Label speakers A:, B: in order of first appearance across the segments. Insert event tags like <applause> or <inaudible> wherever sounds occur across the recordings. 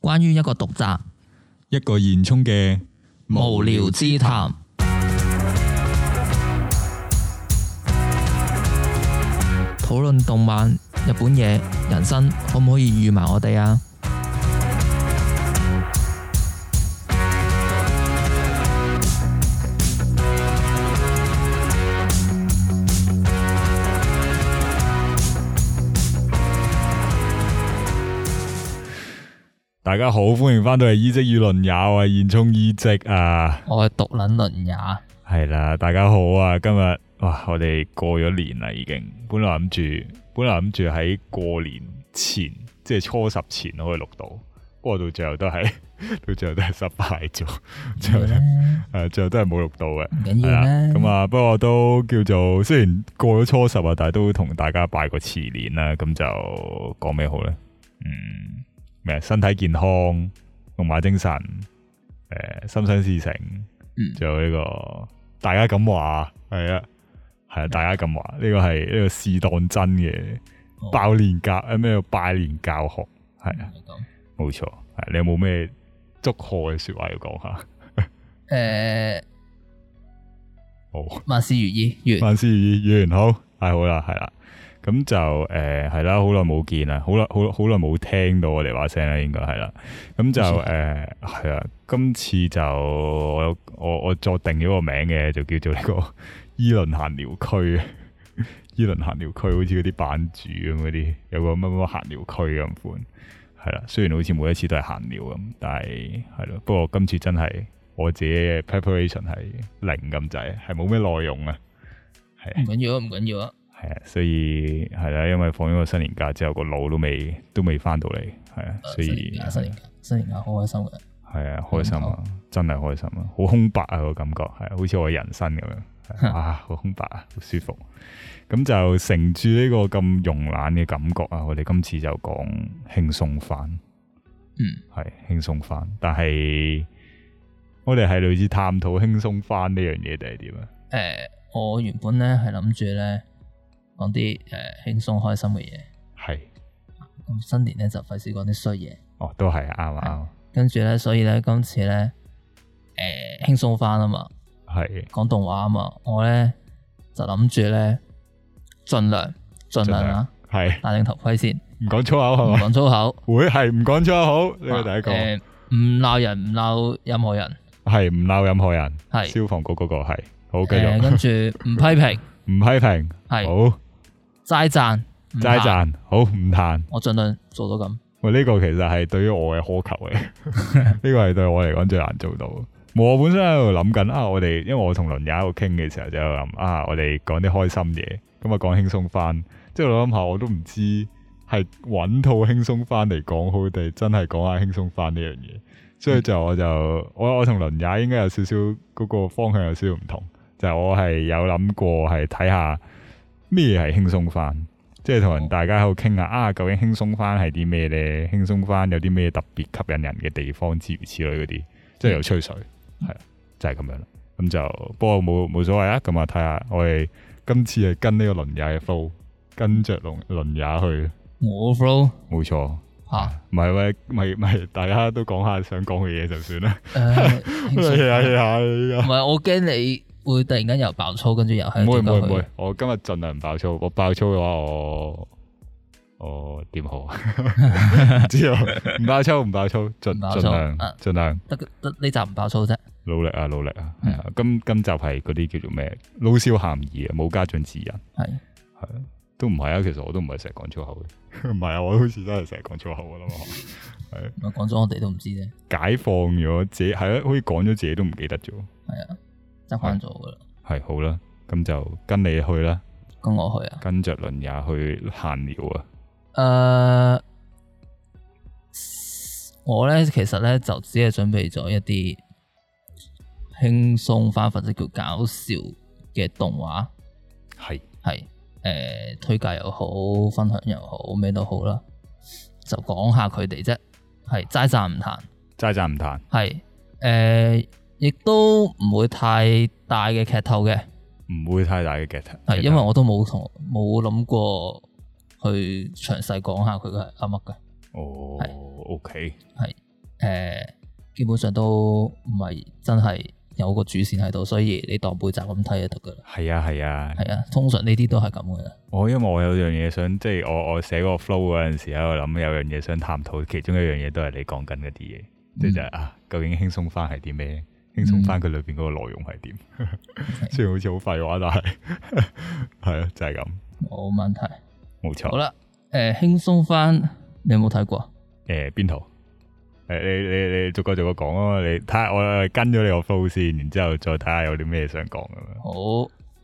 A: 關於一個毒宅
B: 一個現充嘅
A: 無聊之談。討論動漫、日本嘢、人生，可唔可以預埋我哋啊？
B: 大家好，歡迎翻到嚟《依職與論也》啊，現充依職啊，
A: 我係毒撚輪也。
B: 係啦，大家好啊，今日哇，我哋過咗年啦，已經，本來諗住，本來諗住喺過年前，即係初十前可以錄到，不過到最後都係， <laughs> 到最後都係失敗咗，最後誒，最後都係冇錄到嘅。
A: 唔緊
B: 係
A: 要
B: 啦，
A: 啦。
B: 啊咁啊，不過都叫做雖然過咗初十啊，但係都同大家拜個遲年啦。咁就講咩好咧？嗯，咩身體健康，龍馬精神，誒、心想事成，
A: 嗯
B: 仲有呢、個大家咁話，係啊，
A: 嗯
B: 係啊，大家咁話，呢、個係呢個試當真嘅
A: 哦
B: 爆年教誒咩叫拜年教學，係啊，冇錯。係你有冇咩祝賀嘅說話要講下？
A: 誒，
B: 冇。
A: 萬事如意，完。
B: 萬事如意，完好，太好啦，係啦。咁就誒係啦，好耐冇見啦，好耐好好耐冇聽到我哋把聲啦，應該係啦。咁就
A: 冇
B: 誒
A: 錯
B: 係啦，今次就我有我我作定咗個名嘅，就叫做呢個 <laughs> 伊輪閒聊區。 <laughs> 伊輪閒聊區好似嗰啲版主咁嗰啲，有個乜乜乜閒聊區咁款。係啦，雖然好似每一次都係閒聊咁，但係係咯。不過今次真係我自己嘅 preparation 係零咁滯，係冇咩內容啊。
A: 唔緊要啊，唔緊要啊。
B: 係啊，所以係啦，因為放咗個新年假之後，個腦都未都未翻到嚟，係啊，所
A: 新年
B: 以
A: 假新年假，新年假好開心嘅。
B: 係啊，開心啊，真係開心啊，好空白啊個感覺，係啊好似我嘅人生咁樣，係啊啊，好空白啊，好舒服。咁就乘住呢個咁慵懶嘅感覺啊，我哋今次就講輕鬆翻，
A: 嗯，
B: 係輕鬆翻，但係我哋係類似探討輕鬆翻呢樣嘢定係點啊？
A: 誒，我原本咧係諗住咧講啲誒輕鬆開心嘅嘢，
B: 係，
A: 咁新年咧就費事講啲衰嘢。
B: 哦，都係啱啊，
A: 跟住咧，所以咧今次咧，誒、輕鬆翻啊嘛，
B: 啱啊係，
A: 講動畫啊嘛，我咧就諗住咧，盡量盡量啊，
B: 係
A: 戴定頭盔先，
B: 唔講粗口
A: 唔
B: 係嘛？
A: 講粗口，
B: 會係唔講粗口，啊呢個第一個
A: 啊誒唔鬧人，唔鬧任何人，
B: 係唔鬧任何人，
A: 係
B: 消防局嗰個係
A: 誒
B: 好繼續，
A: 呃跟住唔批評，
B: 唔批評，
A: 係
B: 好
A: 齋讚，唔
B: 齋
A: 彈，
B: 讚，好唔彈。
A: 我盡量做到咁，
B: 喂，呢個其實係對於我嘅苛求嚟，呢個係對我嚟講最難做到。我本身喺度諗緊啊，我哋因為我同鄰友喺度傾嘅時候就有諗啊，我哋講啲開心嘢，咁啊講輕鬆翻。即係我諗下，我都唔知係揾套輕鬆翻嚟講好定係真係講下輕鬆翻呢樣嘢。所以就我就我我同鄰友應該有少少嗰個方向有少少唔同，就係我係有諗過係睇下咩係輕鬆翻。即係同人大家喺度傾下啊，究竟輕鬆翻係啲咩咧？輕鬆翻有啲咩特別吸引人嘅地方之如此類嗰啲，即係有吹水，係啊就係咁樣啦。咁就不過冇冇所謂啊。咁啊睇下我哋今次係跟呢個輪也嘅 flow，跟着輪輪也去，
A: 我 flow
B: 冇錯。
A: 嚇、啊，
B: 唔係喂，咪咪大家都講下想講嘅嘢就算啦。
A: 誒呃輕
B: <laughs>
A: 鬆
B: 係啊係啊，係
A: 唔
B: 啊
A: 係我驚你會突然間又爆粗，跟住又係
B: 唔會唔會
A: 點解
B: 唔
A: 佢
B: 會，我今日盡量唔爆粗。我爆粗嘅話，我我點好啊？ <laughs> 唔知啊，唔爆粗唔爆粗，盡
A: 唔爆粗
B: 盡量
A: 啊
B: 盡量
A: 得得呢集唔爆粗啫。
B: 努力啊努力啊！
A: 嗯
B: 係啊，今今集係嗰啲叫做咩？老少咸宜啊，冇家長指引。
A: 係
B: 都唔係啊，其實我都唔係成日講粗口嘅， <laughs> 唔係啊，我好似真係成日講粗口噶啦嘛，
A: 我講咗我哋都唔知啫，
B: <laughs> 解放咗自己係啊，好似講咗自己都唔記得咗，
A: 係啊，習慣咗噶啦，
B: 係好啦，咁就跟你去啦，
A: 跟我去啊。
B: 跟着輪也去閒聊啊，
A: 誒、呃我咧其實咧就只係準備咗一啲輕鬆翻或者叫搞笑嘅動畫，
B: 係
A: 係誒、呃推介又好，分享又好，咩都好啦，就講下佢哋啫，係齋讚唔彈。
B: 齋讚唔彈。
A: 係誒，亦、都唔會太大嘅劇透嘅，
B: 唔會太大嘅 get，
A: 係啊因為我都冇同冇諗過去詳細講下佢係噏乜嘅，
B: 哦
A: 係
B: ，OK，
A: 呃基本上都唔係真係有個主線喺度，所以你當每集咁睇就得噶啦。
B: 系啊系啊，
A: 係啊，通常呢啲都係咁嘅。
B: 我因為我有樣嘢想，即係我我寫嗰個 flow 嗰陣時喺度諗，有樣嘢想探討，其中一樣嘢都係你講緊嗰啲嘢，即係就係
A: 嗯
B: 啊，究竟輕鬆翻係啲咩？輕鬆翻佢裏邊嗰個內容係點？雖然好似好廢話，但係 <laughs> 係啊，就係咁，
A: 冇問題。
B: 冇
A: 好
B: 錯。
A: 啦，誒輕鬆翻，你有冇睇過？
B: 誒邊套？誒你你你逐個逐個講啊！你睇下我我跟咗你個 flow 先，然之後再睇下有啲咩想講咁樣。
A: 好，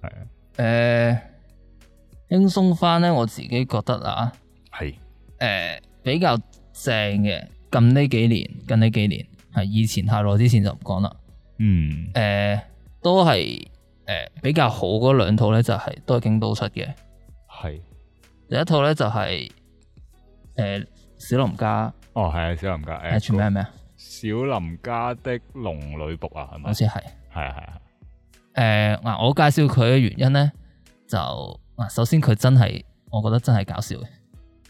B: 係啊，
A: 誒呃輕鬆翻咧，我自己覺得啊，
B: 係
A: 誒、比較正嘅，近呢幾年，近呢幾年係以前太耐之前就唔講啦。
B: 嗯
A: 誒、呃都係誒、比較好嗰兩套咧，就係、都係京都出嘅。
B: 係
A: 第一套咧就係、誒、小林家
B: 哦係啊，小林家
A: 係
B: 誒
A: 全名係咩啊？
B: 小林家的龍女僕啊，係咪
A: 好？似係
B: 係啊係啊。
A: 誒嗱，我介紹佢嘅原因咧，就嗱首先佢真係，我覺得真係搞笑嘅，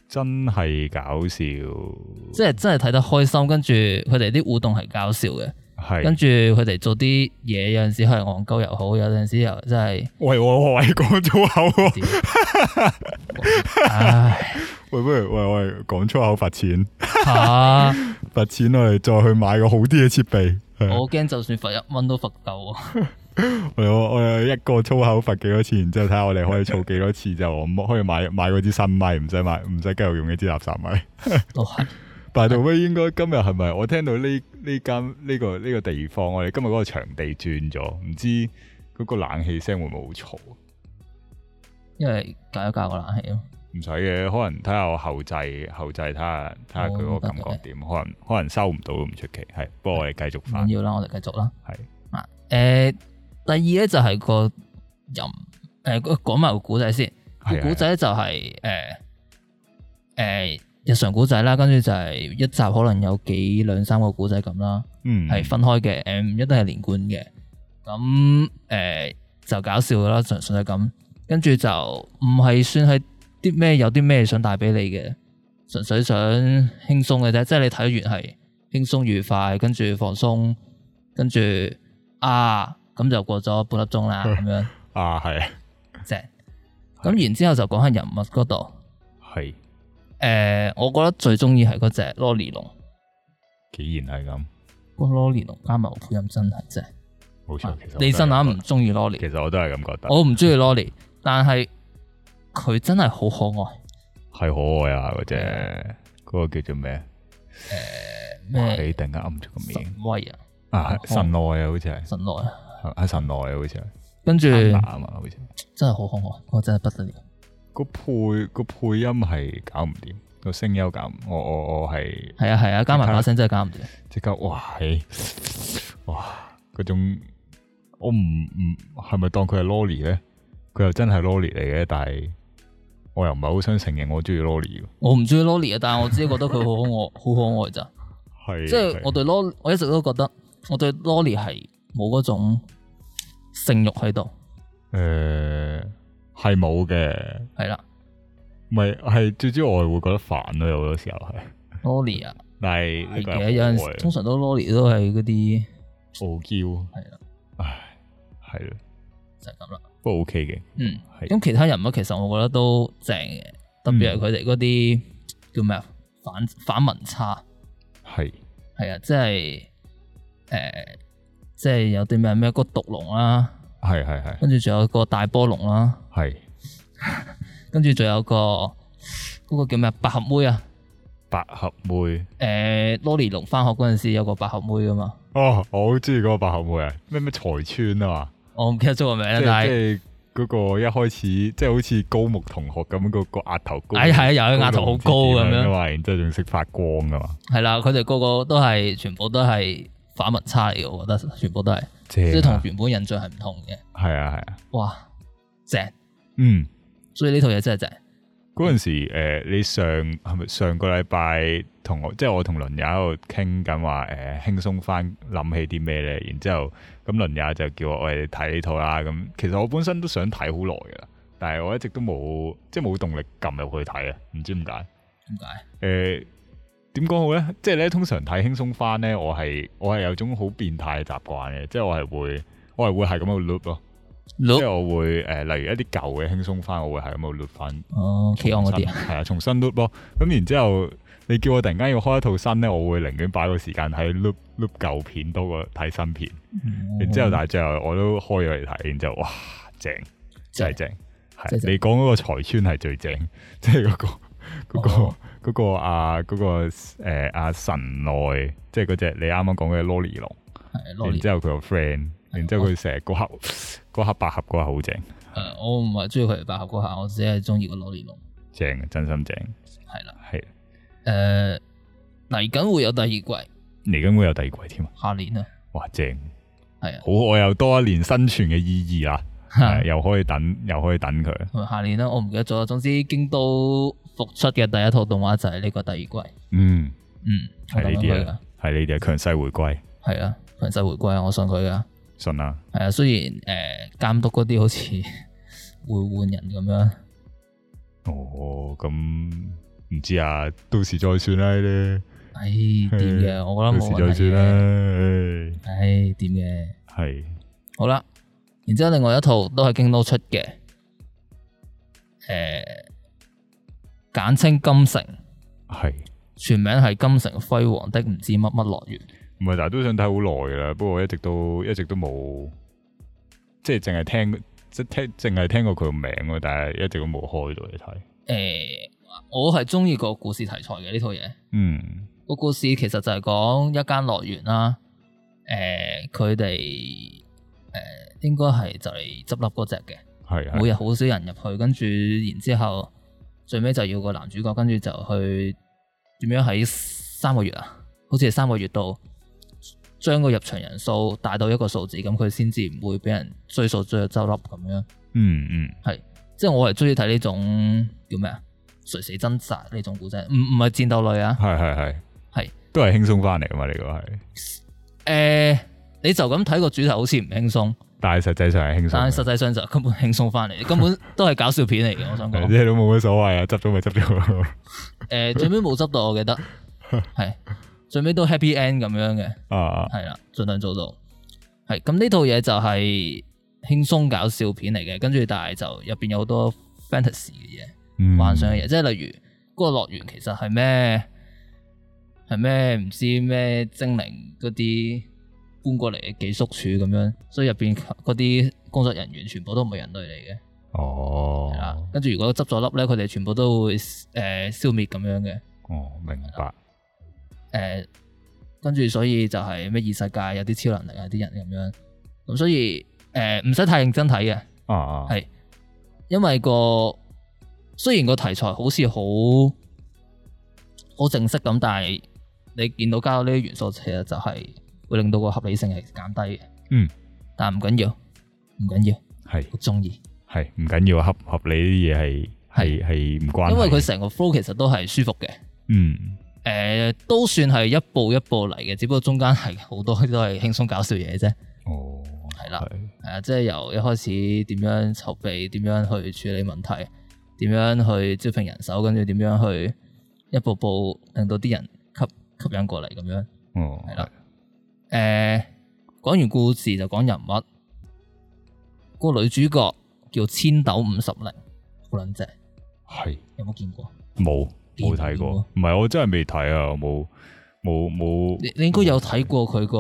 B: 真係搞笑，
A: 即係真係睇得開心，跟住佢哋啲互動係搞笑嘅，
B: 係
A: 跟住佢哋做啲嘢有陣時係戇鳩又好，有陣時又真係，
B: 喂我我喂講粗口喎，
A: 唉
B: 喂不如喂我哋講粗口罰錢，
A: 嚇、
B: 罰錢我哋再去買個好啲嘅設備。係
A: 我驚就算罰一蚊都罰夠啊！
B: 我哋我我哋一個粗口罰幾多錢，然之後睇下我哋可以儲幾多次就我唔可以買買嗰支新咪，唔使買唔使繼續用呢支垃圾咪。
A: 都係
B: 但係到尾應該今日係咪？我聽到呢呢間呢個呢個地方，我哋今日嗰個場地轉咗，唔知嗰個冷氣聲會唔會好嘈？
A: 因為教一教個冷氣咯，
B: 唔使嘅，可能睇下我後製後製睇下睇下佢嗰個感覺
A: 哦
B: 點，可能可能收唔到都唔出奇，係。不過我哋繼續
A: 唔
B: 翻
A: 緊，要啦，我哋繼續啦。
B: 係
A: 啊，誒、第二咧就係個人，誒、講埋個古仔先。
B: 係
A: 個古仔咧就係誒誒日常古仔啦，跟住就係一集可能有幾兩三個古仔咁啦，
B: 嗯
A: 係分開嘅，誒唔一定係連貫嘅。咁誒、呃就搞笑噶啦，純粹係咁。跟住就唔係算係啲咩有啲咩想帶俾你嘅，純粹想輕鬆嘅啫。即係你睇完係輕鬆愉快，跟住放鬆，跟住啊咁就過咗半粒鐘
B: <laughs>
A: 啦，咁樣
B: 啊係
A: 正。咁然之後就講下人物嗰度。
B: 係，
A: 誒、我覺得最中意係嗰只羅尼龍，
B: 既然係咁，
A: 個羅尼龍加埋個配音真係正。
B: 冇錯。其實
A: 啊
B: 我都係
A: 你真啱
B: 咁
A: 唔
B: 覺
A: 中意羅
B: 得
A: 尼，
B: 其實我都係咁覺得，
A: 我唔中意羅尼，但係佢真係好可愛。
B: 係可愛啊嗰只，嗰個叫做咩？哇
A: 咩
B: 你突然間噏唔出個名
A: 神威啊，
B: 啊！
A: 神
B: 神奈啊，好似係
A: 神奈啊，
B: 啊神奈啊，好似係
A: 跟住
B: 安娜啊嘛，好似係
A: 真係好可愛，我真係不得了。
B: 個配個配音係搞唔掂，個聲優搞唔，我我我係
A: 係啊係啊，加埋把聲真係搞唔掂。
B: 即刻哇，係哇嗰種，我唔唔係咪當佢係 lolly 咧？佢又真係 lolly 嚟嘅，但係我又唔係好想承認我中意 lolly 喎。
A: 我唔中意羅尼啊，但係我只係覺得佢
B: <laughs>
A: 好可愛，好可愛咋。
B: 係
A: 即係我對羅，我一直都覺得我對羅尼係冇嗰種性慾喺度，
B: 誒係冇嘅，
A: 係啦，
B: 咪係最主要我係會覺得煩咯，有好多時候係。
A: 羅尼啊。
B: 但係呢
A: 係
B: 個
A: 嘅，有陣時
B: 係
A: 通常都 lolly 都係嗰啲
B: 傲嬌，
A: 係啦，
B: 唉係咯，
A: 就係咁啦。
B: 不過 OK 嘅，
A: 嗯，
B: 係嗯
A: 咁其他人物其實我覺得都正嘅，特別係佢哋嗰啲叫咩啊反反文差，
B: 係
A: 係啊，即係誒，即係有啲咩咩個毒龍啦，
B: 係係係
A: 跟住仲有個大波龍啦，
B: 係
A: 跟住仲有個嗰個叫咩啊百合妹啊，
B: 百合妹。
A: 誒 lolly 龍翻學嗰陣時有個百合妹噶嘛，
B: 哦，我好中意嗰個百合妹啊，咩咩財川啊嘛。
A: 我唔記得咗個名啦，
B: 即
A: 但
B: 係即
A: 係
B: 係嗰個一開始，即係好似高木同學咁，個個額頭高，
A: 哎係啊，有個額頭好高咁樣
B: 啊噶。嘛，然之後仲識發光啊噶嘛，
A: 係啦，佢哋個個都係全部都係反文差嚟嘅，我覺得全部都係，
B: 正
A: 即係
B: 啊
A: 同原本印象係唔同嘅。
B: 係啊係啊，
A: 哇，正！
B: 嗯，
A: 所以呢套嘢真係正。
B: 嗰陣時呃你上係咪上個禮拜同我，即係我同倫也喺度傾緊話誒輕鬆翻，諗起啲咩咧？然之後咁倫也就叫我我哋睇呢套啦。咁其實我本身都想睇好耐噶啦，但係我一直都冇即係冇動力撳入去睇啊，唔知點解。
A: 點解？
B: 誒、點講好咧？即係咧，通常睇輕鬆翻咧，我係我係有種好變態嘅習慣嘅，即係我係會我係會係咁樣 loop 咯，
A: 哦
B: 即係我會誒、呃例如一啲舊嘅輕鬆翻，我會係咁樣 loop 翻。
A: 哦，企岸嗰啲啊，
B: 係啊，重新 loop 咯。咁然之後，你叫我突然間要開一套新咧，我會寧願擺個時間喺 loop loop 舊片多過睇新片。
A: 哦
B: 然
A: 嗯
B: 之後，但係最後我都開咗嚟睇，然之後哇，正真係正，
A: 真係
B: 係
A: 正
B: 你講嗰個財村係最正， <laughs> 即係嗰個嗰
A: 哦
B: 個嗰個啊嗰個誒阿神奈，即係嗰只你啱啱講嘅 Lolly 龍。
A: 係羅
B: 然
A: 連，
B: 之後佢個 friend，然之後佢成日嗰盒嗰盒百合嗰個好正，
A: 誒呃我唔係中意佢哋百合嗰下，我只係中意個羅連龍，
B: 正啊真心正，
A: 係啦，
B: 係
A: 誒嚟緊會有第二季，
B: 嚟緊會有第二季添啊！
A: 下年啊，
B: 哇，正！
A: 係啊
B: 好，我又多一年生存嘅意義啦，
A: 啊
B: 係又可以等，又可以等佢。
A: 同啊埋下年啦，我唔記得咗啦。總之，京都復出嘅第一套動畫就係呢個第二季，
B: 嗯，
A: 嗯，我
B: 係呢
A: 咁樣
B: 啲
A: 去
B: 啊
A: 噶，，
B: 係呢啲啊，強勢回歸，
A: 係啊，強勢回歸啊，我信佢噶。
B: 信啦。
A: 係啊，雖然誒、呃、監督嗰啲好似 <laughs> 會換人咁樣，
B: 哦，咁唔知啊，到時再算啦呢
A: 唉
B: <laughs>
A: 掂嘅，我覺得
B: 啲，到
A: 冇啊
B: 時
A: 問
B: 再
A: 題
B: 算
A: 嘅，
B: 啦。
A: 唉掂嘅，
B: 唉係
A: 好啦。然之後另外一套都係京都出嘅，誒、簡稱金城，
B: 係，
A: 全名係金城輝煌的唔知乜乜樂園。
B: 唔係，但係都想睇好耐噶啦，不過一直都一直都冇，即係淨係聽，即係聽，淨係聽過佢個名喎，但係一直都冇開到嚟睇。
A: 誒、我係中意個故事題材嘅呢套嘢。
B: 嗯，
A: 個故事其實就係講一間樂園啦，誒佢哋誒應該係就嚟執笠嗰只嘅，
B: 係
A: 每
B: 係
A: 日好少人入去，跟住然之後最尾就要個男主角跟住就去點樣喺三個月啊，好似係三個月度將個入場人數帶到一個數字，咁佢先至唔會俾人追數追到執笠咁樣。
B: 嗯嗯，
A: 即係我係中意睇呢種叫咩啊？垂死掙扎呢種古仔，唔唔係戰鬥類啊。
B: 係係係
A: 係，
B: 都係輕鬆翻嚟噶嘛？呢個係。
A: 誒、你就咁睇個主題好似唔輕鬆，
B: 但係實際上係輕
A: 但係
B: 鬆
A: 實際上就根本輕鬆翻嚟，根本都係搞笑片嚟嘅。我想
B: 嘅，
A: 講，
B: 即
A: 誒、
B: 係都冇乜所謂啊，執咗咪執咗。
A: 呃最尾冇執到，我記得
B: <laughs>
A: 係最尾都 happy end 咁樣嘅，
B: 啊，
A: 係啦，盡量做到。係咁呢套嘢就係輕鬆搞笑片嚟嘅，跟住但係就入邊有好多 fantasy 嘅嘢。
B: 嗯
A: 幻想嘅嘢，即係例如嗰、個樂園其實係咩係咩唔知咩精靈嗰啲搬過嚟嘅寄宿處咁樣，所以入邊嗰啲工作人員全部都唔係人類嚟嘅，
B: 哦
A: 係啦、啊跟住如果執咗粒咧，佢哋全部都會誒、呃消滅咁樣嘅，誒、
B: 哦，明
A: 啊
B: 白。
A: 呃跟住所以就係咩異世界有啲超能力啊啲人咁樣，咁所以呃誒唔使太認真睇嘅。
B: 啊啊，
A: 係因為個雖然個題材好似好好正式咁，但係你見到加入呢啲元素，其實就係會令到個合理性係減低嘅。
B: 嗯，
A: 但唔緊要，唔緊要，
B: 係
A: 我中意，
B: 係唔緊要啊，合唔合理啲嘢係係係唔關係。
A: 因為佢成個 flow 其實都係舒服嘅。
B: 嗯
A: 誒、都算係一步一步嚟嘅，只不過中間係好多都係輕鬆搞笑嘢啫。
B: 哦
A: 係啦
B: 係
A: 係啊，即係由一開始點樣籌備，點樣去處理問題，點樣去招聘人手，跟住點樣去一步步令到啲人吸吸引過嚟咁樣。誒、
B: 哦
A: 係啦講完故事就講人物，個女主角叫千斗五十零，好撚正，
B: 係
A: 有冇見過？
B: 冇冇睇過，
A: 見
B: 唔係我真係未睇啊，冇冇
A: 你
B: 冇
A: 你應該有睇過佢個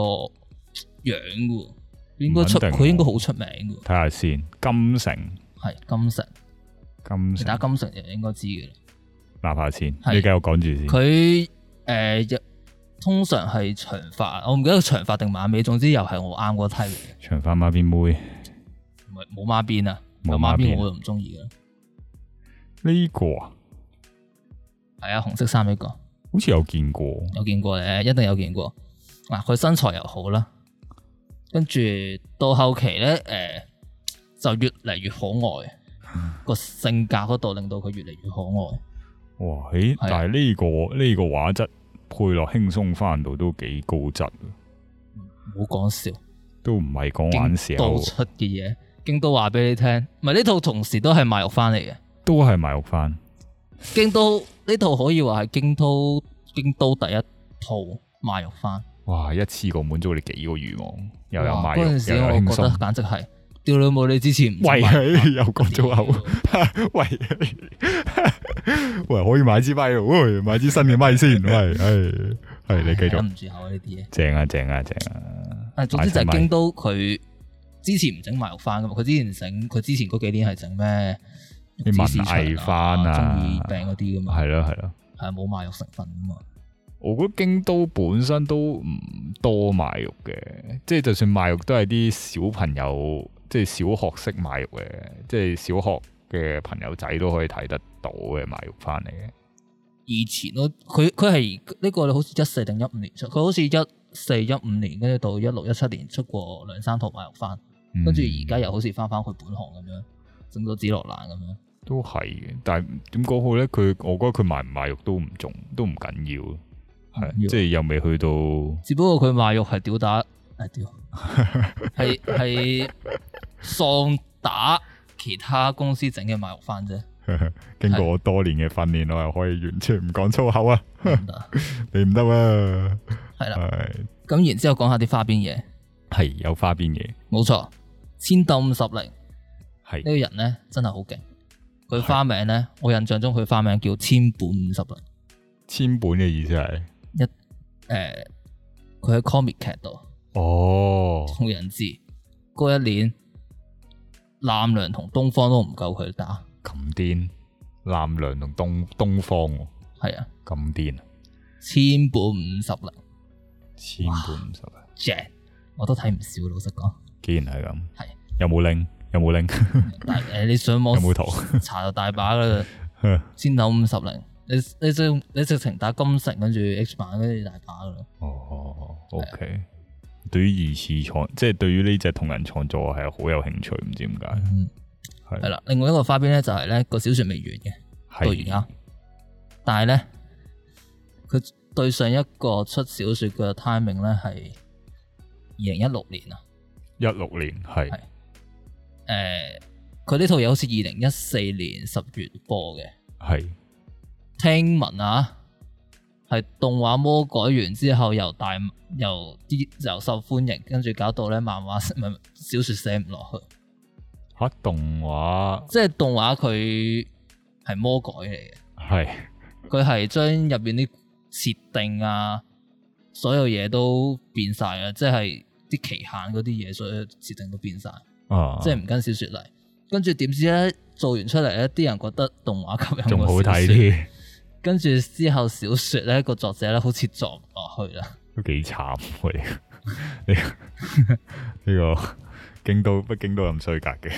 A: 樣嘅喎，應該出
B: 唔肯定
A: 佢應該好出名嘅喎，
B: 睇下先。金城
A: 係金城，
B: 金
A: 你打金
B: 城，
A: 城就應該知嘅啦。
B: 立下先，
A: 係
B: 你繼續講住先。
A: 佢誒日通常係長髮，我唔記得佢長髮定馬尾，總之又係我啱嗰梯嚟嘅，
B: 長髮孖辮妹。
A: 唔係冇孖辮啊，
B: 冇
A: 有
B: 孖
A: 孖
B: 辮
A: 辮我就唔中意嘅。
B: 呢個啊，
A: 係啊，紅色衫呢個
B: 好似有見過，
A: 有見過咧，一定有見過。嗱、佢身材又好啦，跟住到後期咧誒、就越嚟越可愛，個性格嗰度令到佢越嚟越可愛。
B: 哇！
A: 係
B: 咦，
A: 啊
B: 但係呢、個呢、個畫質配落輕鬆翻到都幾高質，
A: 唔好講笑，
B: 都唔係講玩
A: 京
B: 笑，
A: 都出嘅嘢，京都話俾你聽，唔係呢套同時都係賣肉翻嚟嘅。
B: 都係賣肉翻。
A: 京都呢套可以話係京都京都第一套賣肉飯，
B: 哇！一次過滿足你幾個願望，又有
A: 哇
B: 賣
A: 嗰
B: 肉，
A: 陣時
B: 又有
A: 我
B: 輕
A: 覺得
B: 鬆。
A: 簡直係屌你老母！你之前唔食
B: 喂，
A: 飯
B: <laughs> 又講粗口， <laughs> 喂，喂，可以買支咪喎，喂，買支新嘅咪先，喂，係係 <laughs> 你繼
A: 唉
B: 續，
A: 忍唔住口啊呢啲嘢。
B: 正啊正啊正啊！
A: 但係總之就係
B: 買新咪
A: 京都佢之前唔整賣肉飯噶嘛，佢之前整佢之前嗰幾年係整咩
B: 啲
A: 芝士腸
B: 文藝飯啊
A: 中意餅嗰啲噶嘛，
B: 係咯係咯。
A: 係冇賣肉成分噶嘛。
B: 我覺得京都本身都唔多賣肉嘅，即係就算賣肉都係啲小朋友，即係小學識賣肉嘅，即係小學嘅朋友仔都可以睇得到嘅賣肉翻嚟嘅。
A: 以前咯，佢佢係呢個好似一四定一五年出，佢好似一四一五年，跟住到一六一七年出過兩三套賣肉飯，
B: 嗯
A: 跟住而家又好似翻翻去本行咁樣，整咗紫羅蘭咁樣。
B: 都係嘅，但係點講好咧？佢我覺得佢賣唔賣肉都唔重，都唔緊要，係
A: 唔緊要
B: 即係又未去到 <laughs>
A: 只不過佢賣肉係屌打，係屌，係係喪打其他公司整嘅賣肉飯啫，
B: 經過我多年嘅訓練，我又可以完全唔講粗口啊！
A: 唔得
B: 你唔得啊，
A: 係啦。
B: 係
A: 咁然之後講下啲花邊嘢，
B: 係有花邊嘢，
A: 冇錯，千斗五十零呢
B: 係
A: 個人咧真係好勁。佢花名咧，我印象中佢花名叫千本五十零。
B: 千本嘅意思係
A: 誒，呃佢喺 comic 劇度
B: 哦，
A: 同人質嗰一年，南梁同東方都唔夠佢打，
B: 咁癲，南梁同東東方喎
A: 係啊，
B: 咁癲啊，
A: 千本五十零
B: 千本五十啊，
A: 正，我都睇唔少，老實講。
B: 既然係咁，
A: 係
B: 有冇拎？有冇拎？
A: <laughs> 但係
B: <laughs>
A: 誒，你上網
B: 有冇圖？
A: 查就大把啦，
B: 哦
A: 千斗五十零，你你直你直情打金城跟住 H 版跟住大把噶啦。
B: 哦，OK。對於二次創，即係對於呢只同人創作，我係好有興趣，唔知點解。
A: 嗯，
B: 係
A: 係啦。另外一個花邊咧就係咧個小說未完嘅，到而
B: 係
A: 家，但係咧佢對上一個出小說嘅 timing 咧係二零一六年啊。
B: 一六年係
A: 係誒，佢呢套嘢好似二零一四年十月播嘅，
B: 係
A: 聽聞啊係動畫魔改完之後由大由啲由受歡迎，跟住搞到咧 <laughs> 漫畫唔係小說寫唔落去。
B: 嚇動畫
A: 即係動畫佢係魔改嚟嘅，
B: 係
A: 佢係將入邊啲設定啊，所有嘢都變晒啊，即係啲期限嗰啲嘢，所有設定都變晒，
B: 啊，
A: 即係唔跟小説嚟。跟住點知咧做完出嚟咧，啲人覺得動畫吸引過
B: 仲好
A: 小
B: 睇
A: 說。
B: 啲，
A: 跟住之後小説咧個作者咧好似作唔落去啊啦，
B: 都幾慘喎！呢個 <laughs> 呢個京都，不京都咁衰格嘅。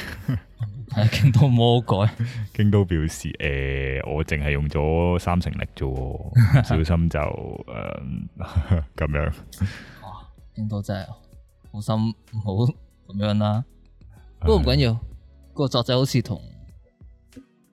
A: 係經到魔改。 <laughs>
B: 京都表示：誒、我淨係用咗三成力
A: <laughs>
B: 啫喎，唔小心就誒 <laughs> 咁樣。
A: 京都真係好心唔好咁樣啦。不過唔緊要，個作者好似同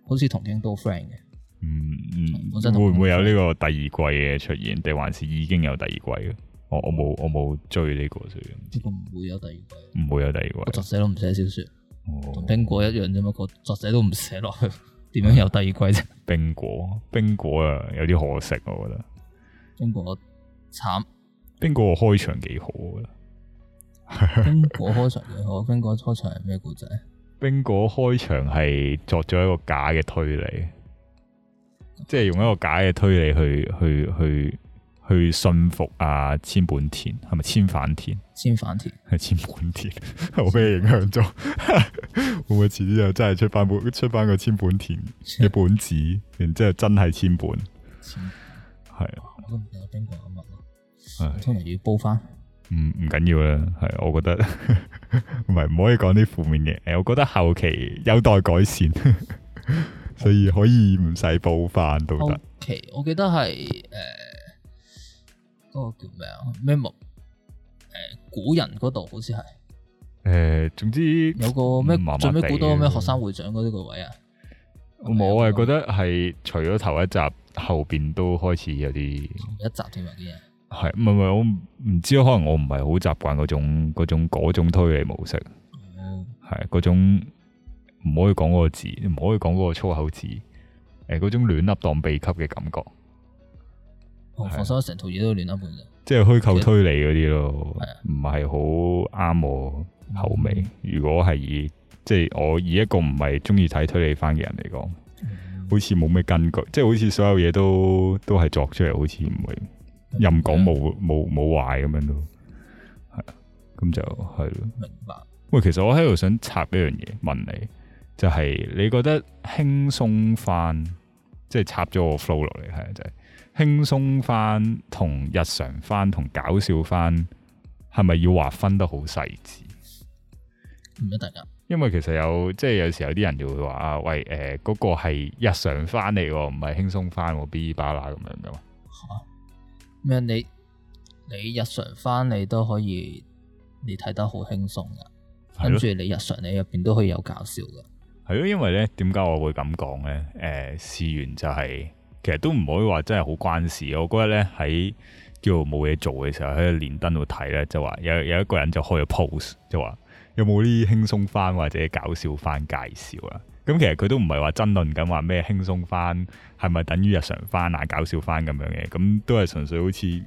A: 好似同京都 friend 嘅，
B: 嗯
A: 我
B: 嗯，
A: 真係
B: 會唔會有呢個第二季嘅出現？定還是已經有第二季嘅？我我冇我冇追呢、個，所以唔知
A: 呢個唔會有第二季。
B: 唔會有第二
A: 個
B: 季。
A: 作者都唔寫小說，
B: 哦
A: 同冰果一樣啫嘛。個作者都唔寫落去， <laughs> 點樣有第二季啫？
B: 冰果冰果啊，有啲可惜，我覺得
A: 冰果慘，
B: 冰果個開場幾好，我覺得
A: 冰果開場幾好，冰果開場係咩故仔？
B: 冰果開場係作咗一個假嘅推理，即係用一個假嘅推理去去去去信服啊千本田係咪千反田？ <laughs>
A: 千反田
B: 係千本田， <laughs> 我俾你影響咗， <laughs> 會唔會遲啲就真係出翻本出翻個千本田嘅本子，然之後真係千本，
A: 千，
B: 係啊
A: 我都唔記得冰果有乜啦，
B: 係
A: 通常要煲翻。
B: 唔嗯唔緊要啦，係我覺得 <laughs> 唔係唔可以講啲負面嘢，誒，我覺得後期有待改善， <laughs> 所以可以唔使補翻都
A: 後
B: 得，
A: 期我記得係誒嗰個叫咩啊？咩木誒古人嗰度好似係
B: 誒、總之
A: 有個咩
B: 麻麻
A: 最尾
B: 地
A: 估到咩
B: 咯
A: 學生會長嗰啲個位啊？
B: 我冇，我係覺得係除咗頭一集，後邊都開始有啲。
A: 一集添啊啲嘢。
B: 系唔系唔系？我唔唔知，可能我唔係好習慣嗰種嗰種嗰種推理模式，
A: 哦
B: 係嗰種唔可以講嗰個字，唔可以講嗰個粗口字，诶嗰種亂笠當秘笈嘅感覺，
A: 我放心，成套嘢都亂噏嘅啫。
B: 即係虛構推理嗰啲咯
A: 係啊，嗯
B: 唔係好啱我口味。如果係以即係我以一個唔係中意睇推理番嘅人嚟講，
A: 嗯
B: 好似冇咩根據，即係好似所有嘢都都係作出嚟，好似唔會任講冇冇冇壞咁樣咯。係啊咁就係咯。
A: 嗯明白。
B: 喂，其實我喺度想插一樣嘢問你，就係、你覺得輕鬆翻，即係插咗我 flow 落嚟，係啊，就係、輕鬆翻同日常翻同搞笑翻，係咪要劃分得好細緻？
A: 唔一定啊，
B: 因為其實有即係有時有啲人就會話啊，喂誒嗰、個係日常翻嚟喎，唔係輕鬆翻喎，B 巴啦咁樣噶嘛。
A: 咩啊你你日常翻你都可以，你睇得好輕鬆噶，
B: 係
A: 跟
B: 咯
A: 住你日常你入邊都可以有搞笑噶。
B: 係咯，因為咧點解我會咁講咧？誒、試完就係、其實都唔可以話真係好關事。我嗰日咧喺叫冇嘢做嘅時候，喺連登度睇咧，就話有有一個人就開咗 post，就話有冇啲輕鬆翻或者搞笑翻介紹啦。咁其實佢都唔係話爭論緊話咩輕鬆翻係咪等於日常翻啊、搞笑翻咁樣嘅，咁都係純粹好似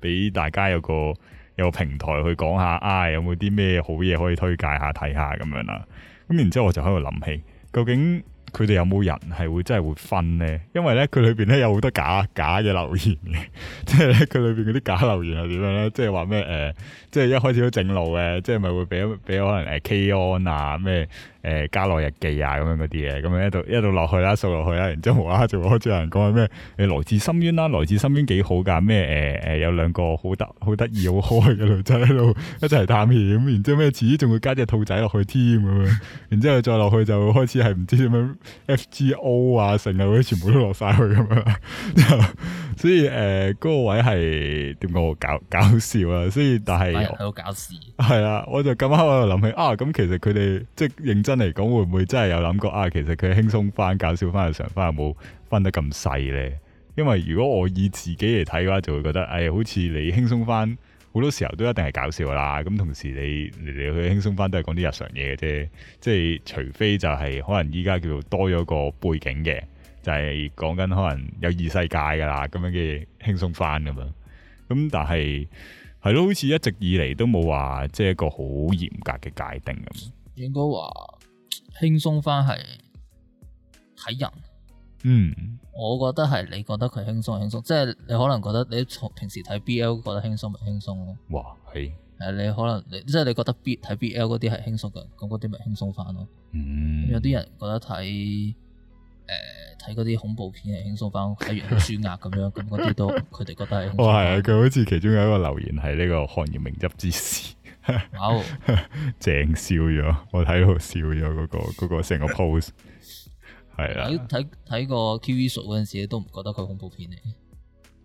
B: 俾大家有個有個平台去講下啊，有冇啲咩好嘢可以推介下睇下咁樣啦。咁然之後我就喺度諗起，究竟佢哋有冇人係會真係會分呢？因為咧佢裏邊咧有好多假假嘅留言嘅， <laughs> 即係咧佢裏邊嗰啲假留言係點樣咧？即係話咩誒，呃即係一開始都正路嘅，即係咪會俾俾可能誒 K on 啊咩誒加內日記啊咁樣嗰啲嘢，咁樣一度一度落去啦，掃落去啦，然之後無啦啦就開始有人講話咩誒來自深淵啦，來自深淵幾好㗎，咩誒誒有兩個好得好得意好開嘅女仔喺度一齊探險，然之後咩遲仲會加只兔仔落去添咁樣，然之後再落去就開始係唔知點樣 FGO 啊，成日嗰啲全部都落晒去咁樣。 <laughs> 所以誒嗰、個位係點講？搞搞笑啊！所以但係
A: 班人哎喺度搞事，
B: 係啦，我就咁啱喺度諗起啊，咁其實佢哋即係認真嚟講，會唔會真係有諗過啊？其實佢輕鬆翻、搞笑翻、日常翻，有冇分得咁細咧？因為如果我以自己嚟睇嘅話，就會覺得，哎呀，好似你輕鬆翻，好多時候都一定係搞笑㗎啦。咁同時你嚟嚟去去輕鬆翻都係講啲日常嘢嘅啫，即係除非就係可能依家叫做多咗個背景嘅，就係講緊可能有異世界㗎啦，咁樣嘅輕鬆翻咁樣。咁但係係咯，好似一直以嚟都冇話即係一個好嚴格嘅界定咁。
A: 應該話輕鬆翻係睇人。
B: 嗯，
A: 我覺得係你覺得佢輕鬆就輕鬆，即係你可能覺得你從平時睇 BL 覺得輕鬆咪輕鬆咯，
B: 哇，係，
A: 誒你可能你即係你覺得 B 睇 BL 嗰啲係輕鬆嘅，咁嗰啲咪輕鬆翻咯。
B: 嗯，
A: 咁有啲人覺得睇呃誒睇嗰啲恐怖片係輕鬆翻，睇完好舒壓咁樣，咁嗰啲
B: <laughs>
A: 都佢哋覺得係輕鬆
B: 哦，係啊，
A: 返。
B: 佢好似其中有一個留言係呢個行業名執之 <laughs> 士，
A: 好
B: 正笑咗，我睇到笑咗嗰、個嗰、個成個 pose，係啊啦。
A: 睇睇睇個 TV show 嗰陣時都唔覺得佢恐怖片嚟。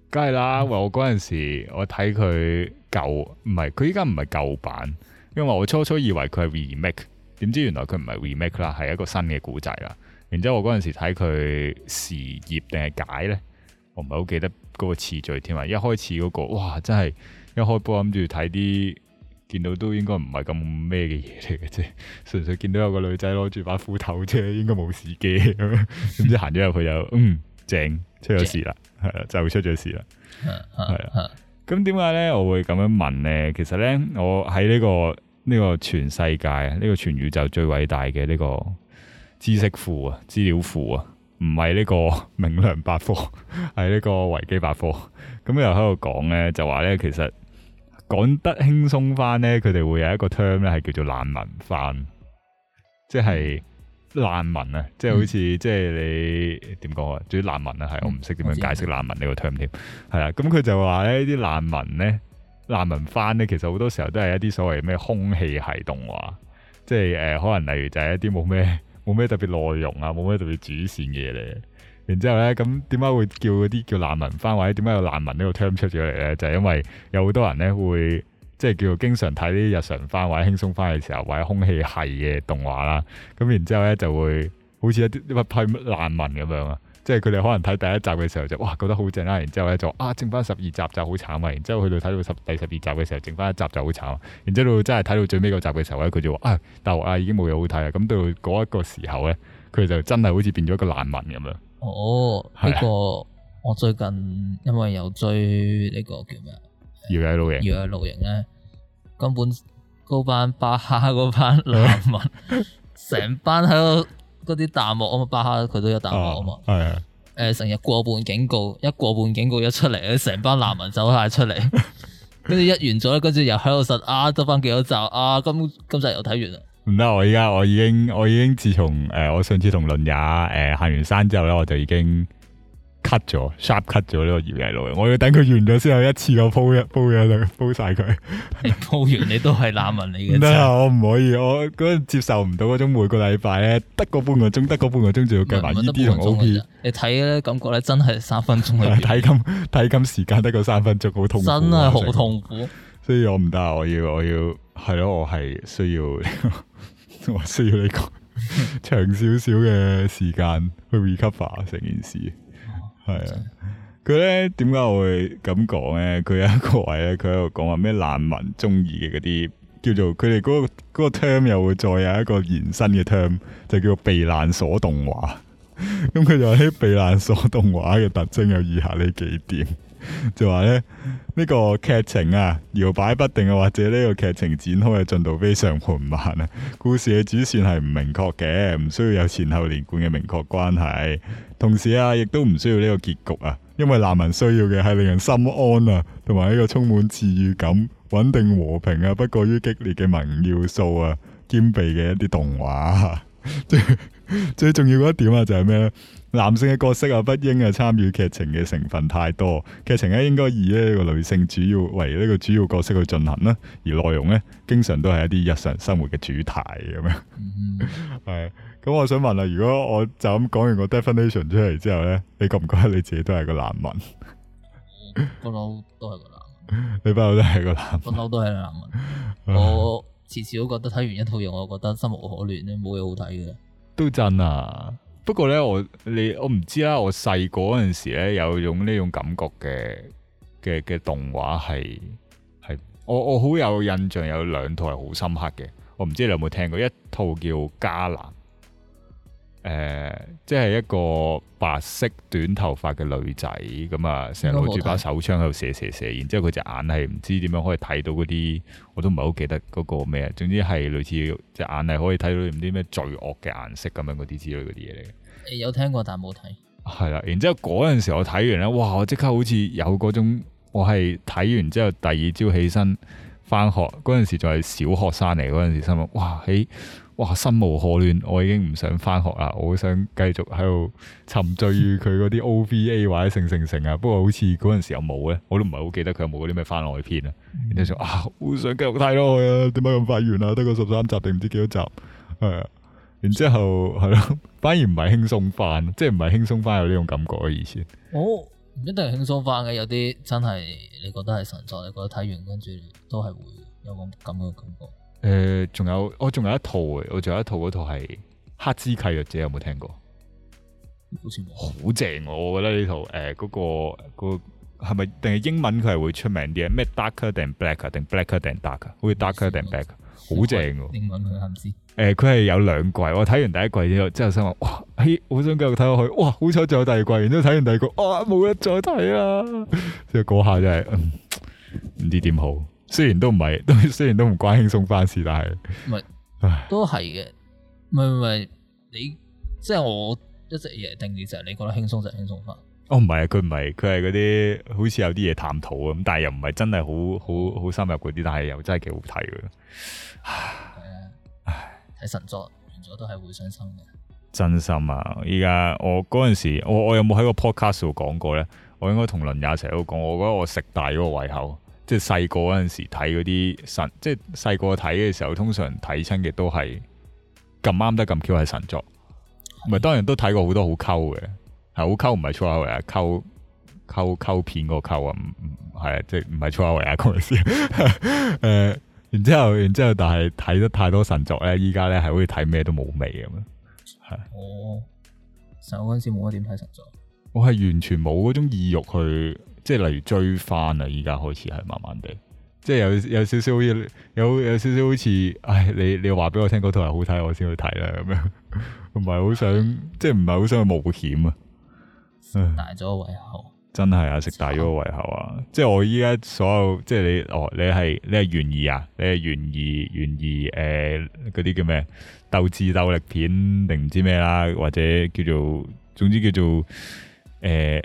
B: 梗係啦，喂！我嗰陣時我睇佢舊，唔係佢依家唔係舊版，因為我初初以為佢係 remake，點知原來佢唔係 remake 啦，係一個新嘅古仔啦。然之後我嗰陣時睇佢時葉定係解呢，我唔係好記得嗰個次序添啊！一開始嗰、個哇，真係一開波諗住睇啲見到都應該唔係咁咩嘅嘢嚟嘅啫， <laughs> 純粹見到有個女仔攞住把斧頭啫，應該冇事嘅咁樣。點知行咗入去就嗯正出咗事啦，係啦就出咗事啦。係
A: 係啊，
B: 咁點解咧？我會咁樣問咧？其實咧，我喺呢、個呢、個全世界、啊呢、個全宇宙最偉大嘅呢個知識庫啊、資料庫啊，唔係呢個明良百科，係呢個維基百科。 <laughs> 咁又喺度講咧，就話咧，其實講得輕鬆翻咧，佢哋會有一個 term 咧，係叫做難民翻，即係難民啊，即係好似、即係你點講啊？最難民啊，係我唔識點樣解釋難民呢個 term 添。係啦，咁佢就話咧，啲難民咧，難民翻咧，其實好多時候都係一啲所謂咩空氣系動畫，即係誒、呃可能例如就係一啲冇咩冇咩特別內容啊，冇咩特別主線嘅嘢嚟嘅。然之後咧，咁點解會叫嗰啲叫難民翻，或者點解有難民呢個 term 出咗嚟咧？就係、因為有好多人咧會即係叫做經常睇啲日常翻或者輕鬆翻嘅時候，或者空氣系嘅動畫啦。咁然之後咧就會好似一啲一批難民咁樣啊。即係佢哋可能睇第一集嘅時候就哇覺得好正啦，然之後咧就啊剩翻十二集就好慘啊，然之後去到睇到十第十二集嘅時候剩翻一集就好慘啊，然之後到真係睇到最尾嗰集嘅時候咧，佢就話啊大鑊啊已經冇嘢好睇啦，咁到嗰一個時候咧，佢就真係好似變咗一個難民咁樣，
A: 哦，
B: 係
A: 呢
B: 啊
A: 個我最近因為有追呢個叫咩啊
B: 搖曳露營，
A: 搖曳露營咧，根本嗰班巴哈嗰
B: <laughs>
A: 班難民，成班喺度嗰啲彈幕啊嘛，巴哈佢都有彈幕啊嘛。
B: 系啊，
A: 誒成日過半警告，一過半警告一出嚟， <laughs> 成班難民走晒出嚟，跟住一完咗咧，跟住又喺度實啊，得翻幾多集啊，今今集又睇完啦，
B: 唔得，啊我依家我已經我已經自從诶、呃我上次同倫也诶行完山之後咧，我就已經 cut 咗，sharp cut 咗呢個搖曳露營，我要等佢完咗先，我一次過鋪一鋪嘢佢鋪晒佢。
A: 你報完你都係難民嚟嘅
B: 唔得啊！
A: 啫，
B: 我唔可以，我嗰陣接受唔到嗰種每個禮拜咧得個半個鐘，得個半個鐘就要計埋
A: 唔係得
B: E D
A: 半
B: 同
A: 個鐘
B: O
A: 嘅
B: P，
A: 啫，你睇咧感覺咧真係三分鐘裏邊，
B: <laughs> 睇金睇金時間得個三分鐘，好痛苦啊
A: 真係
B: 成
A: 好
B: 個
A: 痛苦。
B: 所以我唔得啊！我要我要係咯，我係需要 <laughs> 我需要呢個長少少嘅時間去 recover 啊成件事。係啊，佢咧點解我會咁講咧？佢有一個位咧，佢喺度講話咩難民中意嘅嗰啲叫做佢哋嗰個嗰、個 term 又會再有一個延伸嘅 term，就叫避難所動畫。咁佢就話呢避難所動畫嘅特徵有以下呢幾點，就話咧。呢個劇情啊，搖擺不定啊，或者呢個劇情展開嘅進度非常緩慢啊。故事嘅主線係唔明確嘅，唔需要有前後連貫嘅明確關係。同時啊，亦都唔需要呢個結局啊，因為難民需要嘅係令人心安啊，同埋呢個充滿治愈感、穩定和平啊，不過於激烈嘅民要素啊，兼備嘅一啲動畫啊。最最重要嗰一點啊，就係咩呢？男性嘅角色啊，不應啊參與劇情嘅成分太多，劇情啊咧應該以呢個女性主要為呢個主要角色去進行啦，而內容咧經常都係一啲日常生活嘅主題咁樣。 <laughs>
A: 嗯
B: 係，咁我想問啦，如果我就咁講完個 definition 出嚟之後咧，你覺唔覺得你自己都係個難民？
A: 不嬲都係個難民，
B: 你不嬲都係個難
A: 不嬲都係難民。
B: 民，
A: 我次次都覺得睇完一套嘢，我覺得心無可戀咧，冇嘢好睇嘅。
B: 都真啊。不過咧，我你我唔知啦。啊我細個嗰陣時咧，有種呢種感覺嘅嘅嘅動畫係係我我好有印象，有兩套係好深刻嘅。我唔知你有冇聽過一套叫《迦南》，誒，即係一個白色短頭髮嘅女仔咁啊，成日攞住把手槍喺度射射射，然之後佢隻眼係唔知點樣可以睇到嗰啲，我都唔係好記得嗰個咩啊。總之係類似隻眼係可以睇到唔知咩罪惡嘅顏色咁樣嗰啲之類嗰啲嘢嚟嘅。
A: 誒有聽過但冇睇，
B: 係啦，然之後嗰陣時我睇完咧，哇！我即刻好似有嗰種，我係睇完之後第二朝起身翻學嗰陣時仲係小學生嚟，嗰陣時心諗，哇！喺哇心無可戀，我已經唔想翻學啦，我好想繼續喺度沉醉於佢嗰啲 OVA 或者成成成啊。不過好似嗰陣時有冇咧，我都唔係好記得佢有冇嗰啲咩番外篇啊。然之後就啊，好想繼續睇咯，佢啊，點解咁快完啊？得個十三集定唔知幾多集？係啊，然之後係咯， <laughs> 反而唔係輕鬆翻，即係唔係輕鬆翻有呢種感覺嘅以前。
A: 我哦唔一定係輕鬆翻嘅，有啲真係你覺得係神作，你覺得睇完跟住都係會有咁咁嘅感覺。
B: 誒、仲有我仲有一套嘅，我仲有一套嗰套係《黑之契約者》，有冇聽過？
A: 好似冇，
B: 好正喎，我覺得呢套誒嗰、個嗰、個係咪定係英文佢係會出名啲啊？咩 Darker than Black 啊，定 Blacker than Dark 啊？好似 Darker than Black，啊好正喎。
A: 英文佢唔知。
B: 誒佢係有兩季，我睇完第一季之後，之後心話哇，嘿，好想繼續睇落去，哇，好彩仲有第二季，然之後睇完第二季，哇，冇得再睇啦，之後嗰下真係嗯唔知點好，雖然都唔係， <laughs> 都雖然都唔關輕鬆翻事，但係
A: 都係嘅，唔係唔係，你即係我一直以嚟定義就係你覺得輕鬆就係輕鬆法，
B: 哦唔係啊，佢唔係，佢係嗰啲好似有啲嘢探討啊咁，但係又唔係真係好好好深入嗰啲，但係又真係幾好睇嘅，
A: 睇神作完咗都係會傷心嘅。
B: 真心啊！依家我嗰陣時，我我有冇喺個 podcast 度講過咧？我應該同倫也成日都講，我覺得我食大咗個胃口。即係細個嗰陣時睇嗰啲神，即係細個睇嘅時候，通常睇親嘅都係咁啱得咁 Q 係神作。唔係當然都睇過好多好溝嘅，係好溝唔係粗口嚟啊，溝溝溝片嗰個溝啊，唔唔係啊，即係唔係粗口嚟啊，講先。 <laughs> 誒、然之後，然之後，但係睇得太多神作咧，依家咧係好似睇咩都冇味咁樣。
A: 我細個嗰陣時冇乜點睇神作，
B: 我係完全冇嗰種意欲去，即係例如追翻啦，依家開始係慢慢地，即係有有少少好似有有少少好似，唉，你你話俾我聽嗰套係好睇，我先去睇啦咁樣，唔係好想，即係唔係好想去冒險啊，唉
A: 大咗個胃口，
B: 真係啊，食大咗個胃口啊！即係我依家所有，即係你哦，你係你係懸疑啊，你係懸疑懸疑誒嗰啲叫咩鬥智鬥力片定唔知咩啦，或者叫做總之叫做誒、呃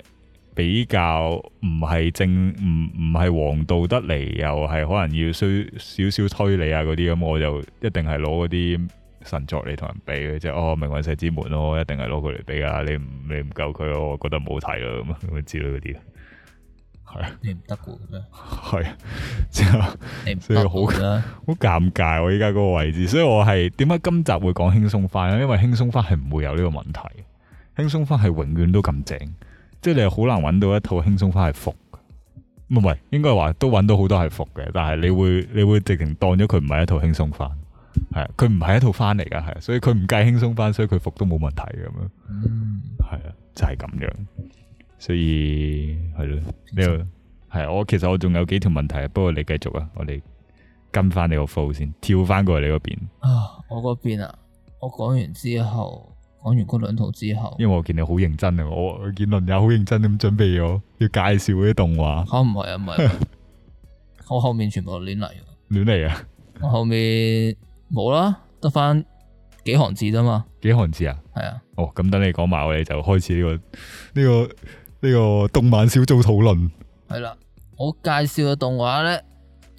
B: 比較唔係正唔唔係王道得嚟，又係可能要需少少推理啊嗰啲咁，我就一定係攞嗰啲。神作嚟同人比嘅，即係哦，命運石之門咯，一定係攞佢嚟比噶，你唔你唔夠佢，我覺得唔好睇啦，咁啊咁之類嗰啲，係啊
A: 你唔得嘅咩？
B: 係啊，之後好
A: 你唔
B: 所以
A: 得
B: 好
A: 嘅啦，
B: 尷尬我依家嗰個位置，所以我係點解今集會講輕鬆翻咧？因為輕鬆翻係唔會有呢個問題，輕鬆翻係永遠都咁正，即係你係好難揾到一套輕鬆翻係服嘅，唔係唔係應該話都揾到好多係服嘅，但係你會你會直情當咗佢唔係一套輕鬆翻，係啊佢唔係一套翻嚟噶，係啊所以佢唔計輕鬆翻，所以佢服都冇問題咁樣。
A: 嗯，
B: 系啊，就係咁樣，所以係咯，呢個係我其實我仲有幾條問題，不過你繼續啊，我哋跟翻你個 flow 先，跳翻過去你嗰邊，
A: 啊，我嗰邊啊，我講完之後，講完嗰兩套之後，
B: 因為我見你好認真啊，我我見論友好認真咁準備咗要介紹嗰啲動畫，
A: 吓唔係啊，唔係
B: <laughs>
A: 啊，我後面全部亂嚟嘅，
B: 亂嚟啊， <laughs>
A: 我後面冇啦，得翻幾行字啫嘛，
B: 幾行字啊？
A: 係啊，
B: 哦，咁等你講埋，我哋就開始呢、個呢、個呢、個動漫小組討論。
A: 係啦，我介紹嘅動畫咧，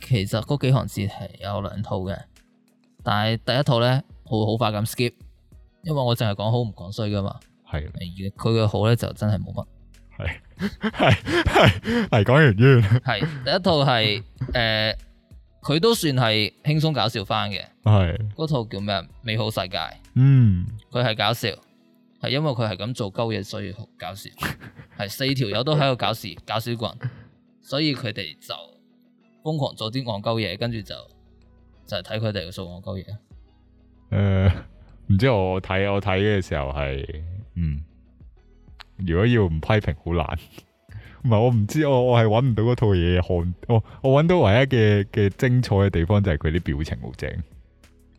A: 其實嗰幾行字係有兩套嘅，但係第一套咧，我會好快咁 skip，因為我淨係講好唔講衰噶嘛，
B: 係
A: 而佢嘅好咧就真係冇乜。
B: 係 <laughs> 係係講完完
A: 系第一套係诶，佢、都算係輕鬆搞笑翻嘅。
B: 係
A: 嗰套叫咩啊？美好世界，
B: 嗯
A: 佢係搞笑，係因為佢係咁做鳩嘢，所以好搞笑。係四條友都喺度搞事，搞小棍，所以佢哋就瘋狂做啲戇鳩嘢，跟住就就係睇佢哋做戇鳩嘢。
B: 诶，呃 <laughs> 唔、知我睇我睇嘅時候係，嗯，如果要唔批評好難。 <laughs> 唔係我唔知，我我係揾唔到嗰套嘢看，我我揾到唯一嘅嘅精彩嘅地方就係佢啲表情好正，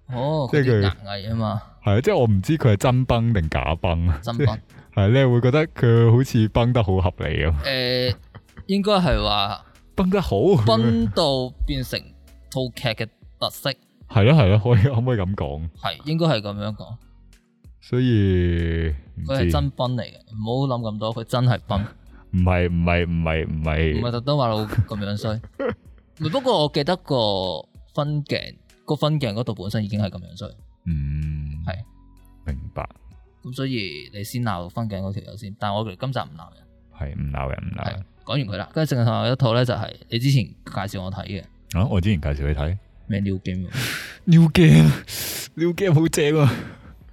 A: 哦，
B: 即
A: 佢
B: 係
A: 哋
B: 佢
A: 牙藝啊嘛，
B: 係啊即係我唔知佢係真崩定假崩，
A: 真
B: 即
A: 品
B: 係。係你係會覺得佢好似崩得好合理咁，
A: 诶、應該係話
B: 崩得好，
A: 崩到變成套劇嘅特色，
B: 係咯係咯，可以可唔可以咁講？
A: 係應該係咁樣講。
B: 所以唔
A: 佢係
B: 知
A: 真崩嚟嘅，唔好諗咁多，佢真係
B: <laughs>
A: 崩，唔
B: 唔係唔係唔係唔
A: 係
B: 係
A: 特登話到咁樣
B: <laughs>
A: 衰。唔係不過我記得個分鏡，個分鏡嗰度本身已經係咁樣衰，
B: 嗯
A: 係
B: 明白
A: 咁所以你先鬧分鏡嗰條友先。但係我哋今集唔鬧人，
B: 係唔鬧人唔鬧
A: 係
B: 人。
A: 講完佢啦。跟住剩下有一套咧就係你之前介紹我睇嘅
B: 啊！我之前介紹你睇
A: 咩 New Game 喎。
B: <laughs> New Game，New Game 好正啊！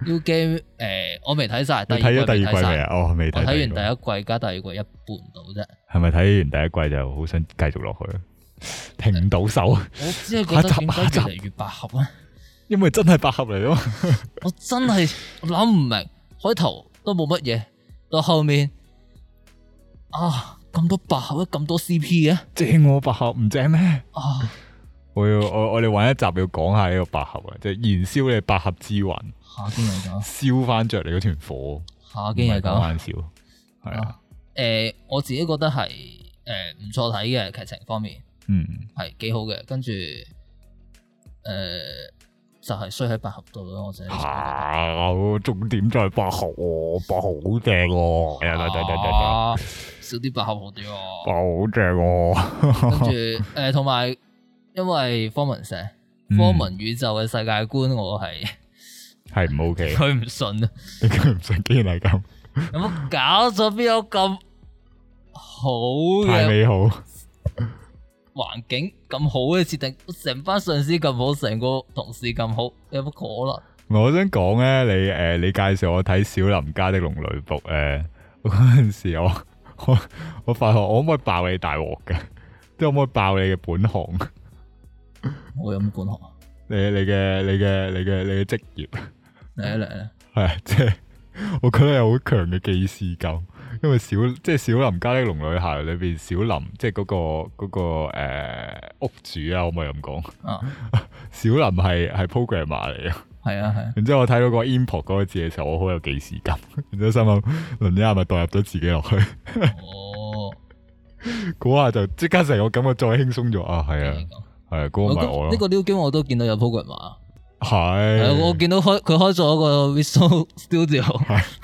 A: New Game 誒，我未睇晒，
B: 你
A: 第二
B: 睇咗
A: 季
B: 第
A: 未
B: 二季未
A: 晒。
B: 啊？哦，未
A: 我
B: 睇。
A: 睇完
B: 第一季，
A: 第一季加第二季一半到啫，
B: 係咪睇完第一季就好想繼續落去啊？停唔到手，啊
A: 我只係覺得
B: 下一集
A: 點解
B: 下一集
A: 越嚟越百合啊！
B: 因為真係百合嚟咯。
A: 我真係諗唔明，開頭都冇乜嘢，到後面啊咁多白口，咁多 CP 嘅
B: <laughs> 正我百合唔正咩？
A: 啊，
B: 我要我我哋玩一集要講下呢個百合啊，即係燃燒你百合之魂，
A: 下經又搞，
B: 燒翻着你嗰團火。
A: 下經又
B: 唔係
A: 搞
B: 講。玩笑，係啊
A: 啊，誒、我自己覺得係誒唔錯睇嘅劇情方面
B: 嗯，
A: 係幾好嘅，跟住誒就係衰喺百合度咯，我自己覺得。啊
B: 吓，重點就係百合喎，百合好正喎，係啊係啊係啊係啊
A: 啊少啲百合好啲
B: 百
A: 喎，
B: 合好正喎。
A: 跟住誒同埋因為方文社
B: 嗯
A: 科文宇宙嘅世界觀我係。
B: 系唔 OK，
A: 佢唔信啊！
B: 你佢 <laughs> 唔信竟然系咁，
A: 有冇搞咗邊有咁好
B: 太
A: 嘅
B: 美好，
A: 環境咁好嘅設定？成班上司咁好，成個同事咁好，有乜可
B: 我想講咧，你诶、呃你介紹我睇《小林家的龍女仆》诶、我 <laughs> 嗰阵时我 <laughs> 我我发觉我可唔可以爆你大鑊嘅， <laughs> 即系可唔可以爆你嘅本行， <laughs>
A: 能？我有咩本行啊？
B: 你你嘅你嘅你嘅你嘅職業 <laughs>
A: 嚟啊嚟啊！
B: 係即係 <laughs> 我覺得有好強嘅既視感，因為小即係小林家的龍女孩裏边小林即係嗰、個嗰、個诶、呃屋主啊，可唔可以咁講？
A: 啊，
B: 小林係係 programmer 嚟嘅。
A: 係啊係啊，
B: 然之後我睇到個 import 嗰個字嘅時候，我好有既視感。 <laughs> 然之後心諗，輪一係咪代入咗自己落去？ <laughs>
A: 哦，
B: 嗰下就即刻成個感覺再輕鬆咗啊！係啊
A: 呢，個
B: 係啊，嗰個咪我
A: 呢個
B: 咯。
A: 呢個 game 我都見到有 program 啊，係我
B: 係啊
A: 見到開佢開咗個 Visual <laughs> Studio，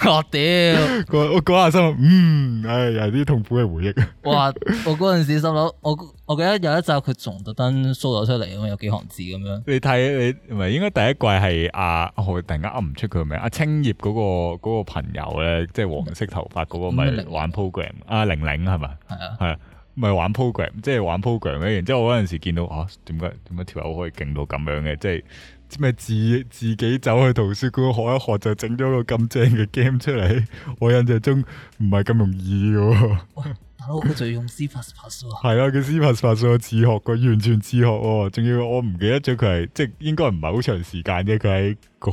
A: 我屌，
B: <laughs> 嗰我嗰下心諗，嗯，唉，又係啲痛苦嘅回憶。
A: 哇！我嗰陣時心諗，我我記得有一集佢仲特登 show 咗出嚟咁樣，有幾行字咁樣，
B: <laughs> 你睇你唔係應該第一季係阿我突然間噏唔出佢個名，阿青葉嗰、個嗰個朋友咧，即係黃色頭髮嗰個
A: 咩
B: 咪
A: 玲
B: 玩 program，阿玲玲係咪？
A: 係啊，
B: 係啊，咪玩 program，即係玩 program 嘅。然之後我嗰陣時見到啊，點解點解條友可以勁到咁樣嘅？即係知咩自自己走去圖書館學一學就整咗個咁正嘅 game 出嚟。 <laughs> 我印象中唔係咁容易嘅喎。 <laughs>
A: 大佬佢仲要用 C++ 喎，
B: 係啦，佢 C 拍拍數自學佢完全自學喎，仲要我唔記得咗佢係即係應該唔係好長時間啫，佢喺嗰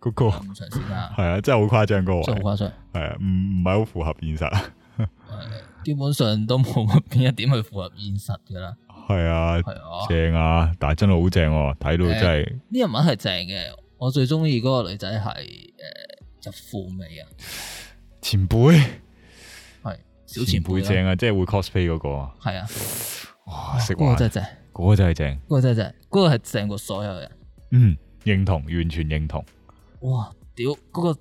B: 嗰個
A: 咁長時間啊，
B: 係啊，真係好誇張嗰個
A: 真係
B: 位，
A: 好誇張。
B: 係啊，唔唔係好符合現實， <laughs>
A: 基本上都冇乜邊一點去符合現實噶啦，
B: 係啊，
A: 係啊，
B: 正啊，但係真係好正喎，睇到真係
A: 呢人物係正嘅，我最中意嗰個女仔係诶入富美啊，
B: 前輩
A: 係小前
B: 輩
A: 輩
B: 正
A: 啦，
B: 啊，即係會 cosplay 嗰個啊，
A: 係啊，
B: 哇，識
A: 嗰個
B: 玩
A: 真係正，
B: 嗰個真係正，
A: 嗰個真係正，嗰個係正過所有人，
B: 嗯，認同，完全認同，
A: 哇，屌嗰個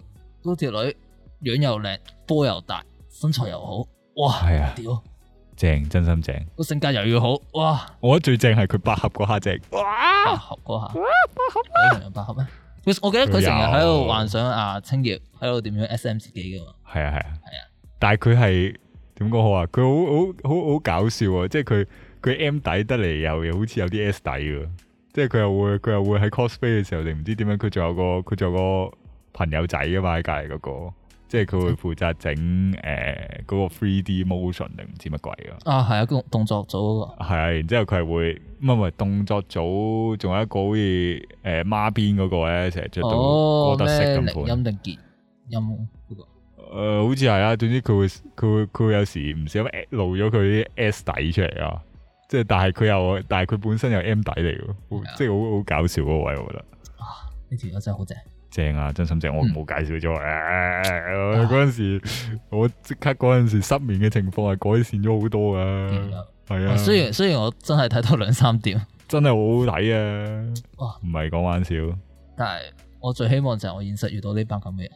A: 嗰條女樣又靚，波又大，身材又好，哇，
B: 係啊，
A: 屌
B: 正，真心正，
A: 個性格又要好，哇，
B: 我覺得最正係佢百合嗰下正，哇
A: 百合嗰下，有啊人百合啊咩？佢我記得佢成日喺度幻想啊清葉喺度點樣 SM 自己噶嘛，
B: 系啊系啊，
A: 係啊，
B: 但係佢係點講好啊？佢好好好好搞笑啊！即係佢佢 M 底得嚟又又好似有啲 S 底嘅，即係佢又會佢又會喺 cosplay 嘅時候定唔知點樣，佢仲有個佢仲有個朋友仔噶嘛喺隔離嗰個，即係佢
A: 嗯
B: 會負責整誒嗰個 three D motion 定唔知乜鬼啊！
A: 啊係啊，個動作組嗰個。
B: 係啊，然之後佢係會唔係唔係動作組，仲有一個好似誒孖邊嗰個咧，成日着到
A: 哦
B: 哥，德式
A: 咩
B: 咁
A: 零
B: 款。
A: 音定結音嗰個？
B: 誒、好似係啊，總之佢會佢會佢會有時唔小心露咗佢啲 S 底出嚟啊！即係但係佢又但係佢本身有 M 底嚟
A: 係
B: 嘅，
A: 啊
B: 好即係好好搞笑嗰個位，我覺得
A: 呢條友真係好正，
B: 正啊！真心正，我
A: 嗯
B: 冇介紹咗啊！嗰陣時我即刻嗰陣時失眠嘅情況係改善咗好多
A: 條
B: 噶，係啊，
A: 友。雖然雖然我真係睇到兩三點，
B: 真係好好睇啊！
A: 哇
B: 唔係講玩笑，
A: 但係我最希望就係我現實遇到呢班咁嘅人，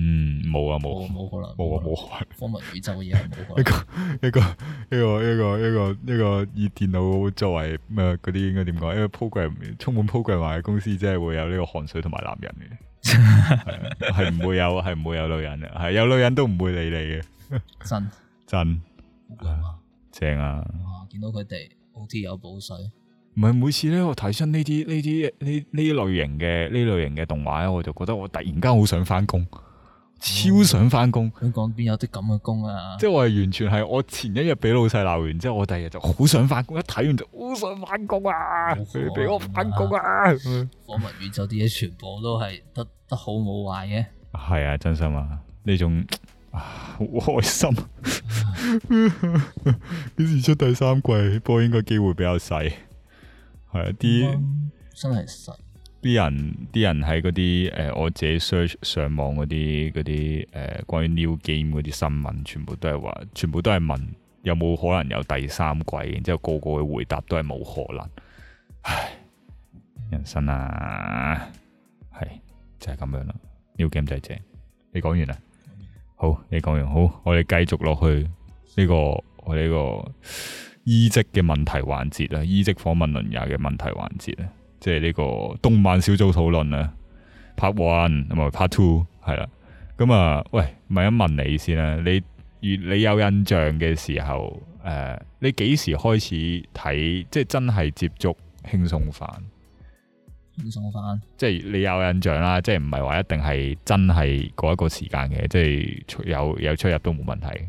B: 嗯，冇啊冇
A: 冇冇可能，
B: 冇啊
A: 可能，
B: 冇啊。
A: 荒謬宇宙嘅嘢係冇可
B: 一
A: 能。
B: 個 <laughs> 一個一個一個一個一個以電腦作為咩嗰啲應該點講？一個 program 充滿 program 化嘅公司，即係會有呢個汗水同埋男人嘅，係唔會有係唔會有女人嘅，係有女人都唔會理你嘅，
A: 真
B: 真
A: 哇！
B: 正啊！
A: 見到佢哋 O.T. 有補水，
B: 唔係每次咧，我睇親呢啲呢啲呢呢類型嘅呢類型嘅動畫咧，我就覺得我突然間好想翻工，超想翻工。
A: 香港邊有啲咁嘅工啊？
B: 即係我係完全係我前一日俾老細鬧完之後，我第二日就好想翻工，一睇完就好想翻工啊！
A: 冇可能
B: 你
A: 啊
B: 俾我翻工啊！
A: 荒謬宇宙啲嘢全部都係得得好冇壞嘅，
B: 係啊，真心啊，呢種啊好開 <laughs> 心。幾時出第三季？不過應該機會比較細。係啊，啲
A: 真係實
B: 啲人啲人喺嗰啲誒，我自己 search 上網嗰啲嗰啲誒，關於 new game 嗰啲新聞，全部都係話，全部都係問有冇可能有第三季，然之後個個嘅回答都係冇可能。唉，人生啊，係就係、咁樣啦。new game 就係正，你講完啦，好，你講完好，我哋繼續落去呢、個我呢個 E 衣職嘅問題環節啦，，E 衣職訪問論也嘅問題環節啦。即係呢個動漫小組討論啊，Part One 同埋 Part Two 係啦。咁啊，喂，問一問你先啦，你如你有印象嘅時候，誒、你幾時開始睇，即係真係接觸輕鬆飯？
A: 輕鬆翻。
B: 即係你有印象啦，即係唔係話一定係真係嗰一個時間嘅，即係出有有出入都冇問題。
A: 誒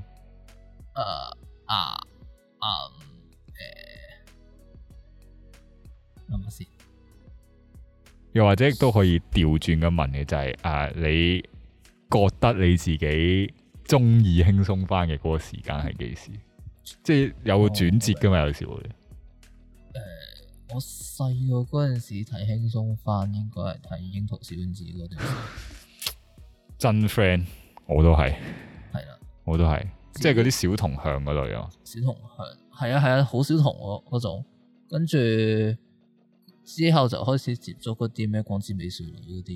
A: 啊啊誒，呃諗下先。
B: 又或者亦都可以調轉咁問嘅，就係、啊，你覺得你自己中意輕鬆翻嘅嗰個時間係幾時？即係有個轉折噶嘛，有時會
A: 我細個嗰陣時睇輕鬆翻，應該係睇櫻桃小丸子嗰段時
B: 真 friend，我都係，
A: 間，係啦，
B: 我都係，即係嗰啲小同向嗰類啊。
A: 小童向，係啊係啊，好小童嗰嗰種，跟住之後就開始接觸嗰啲咩光之美少女嗰啲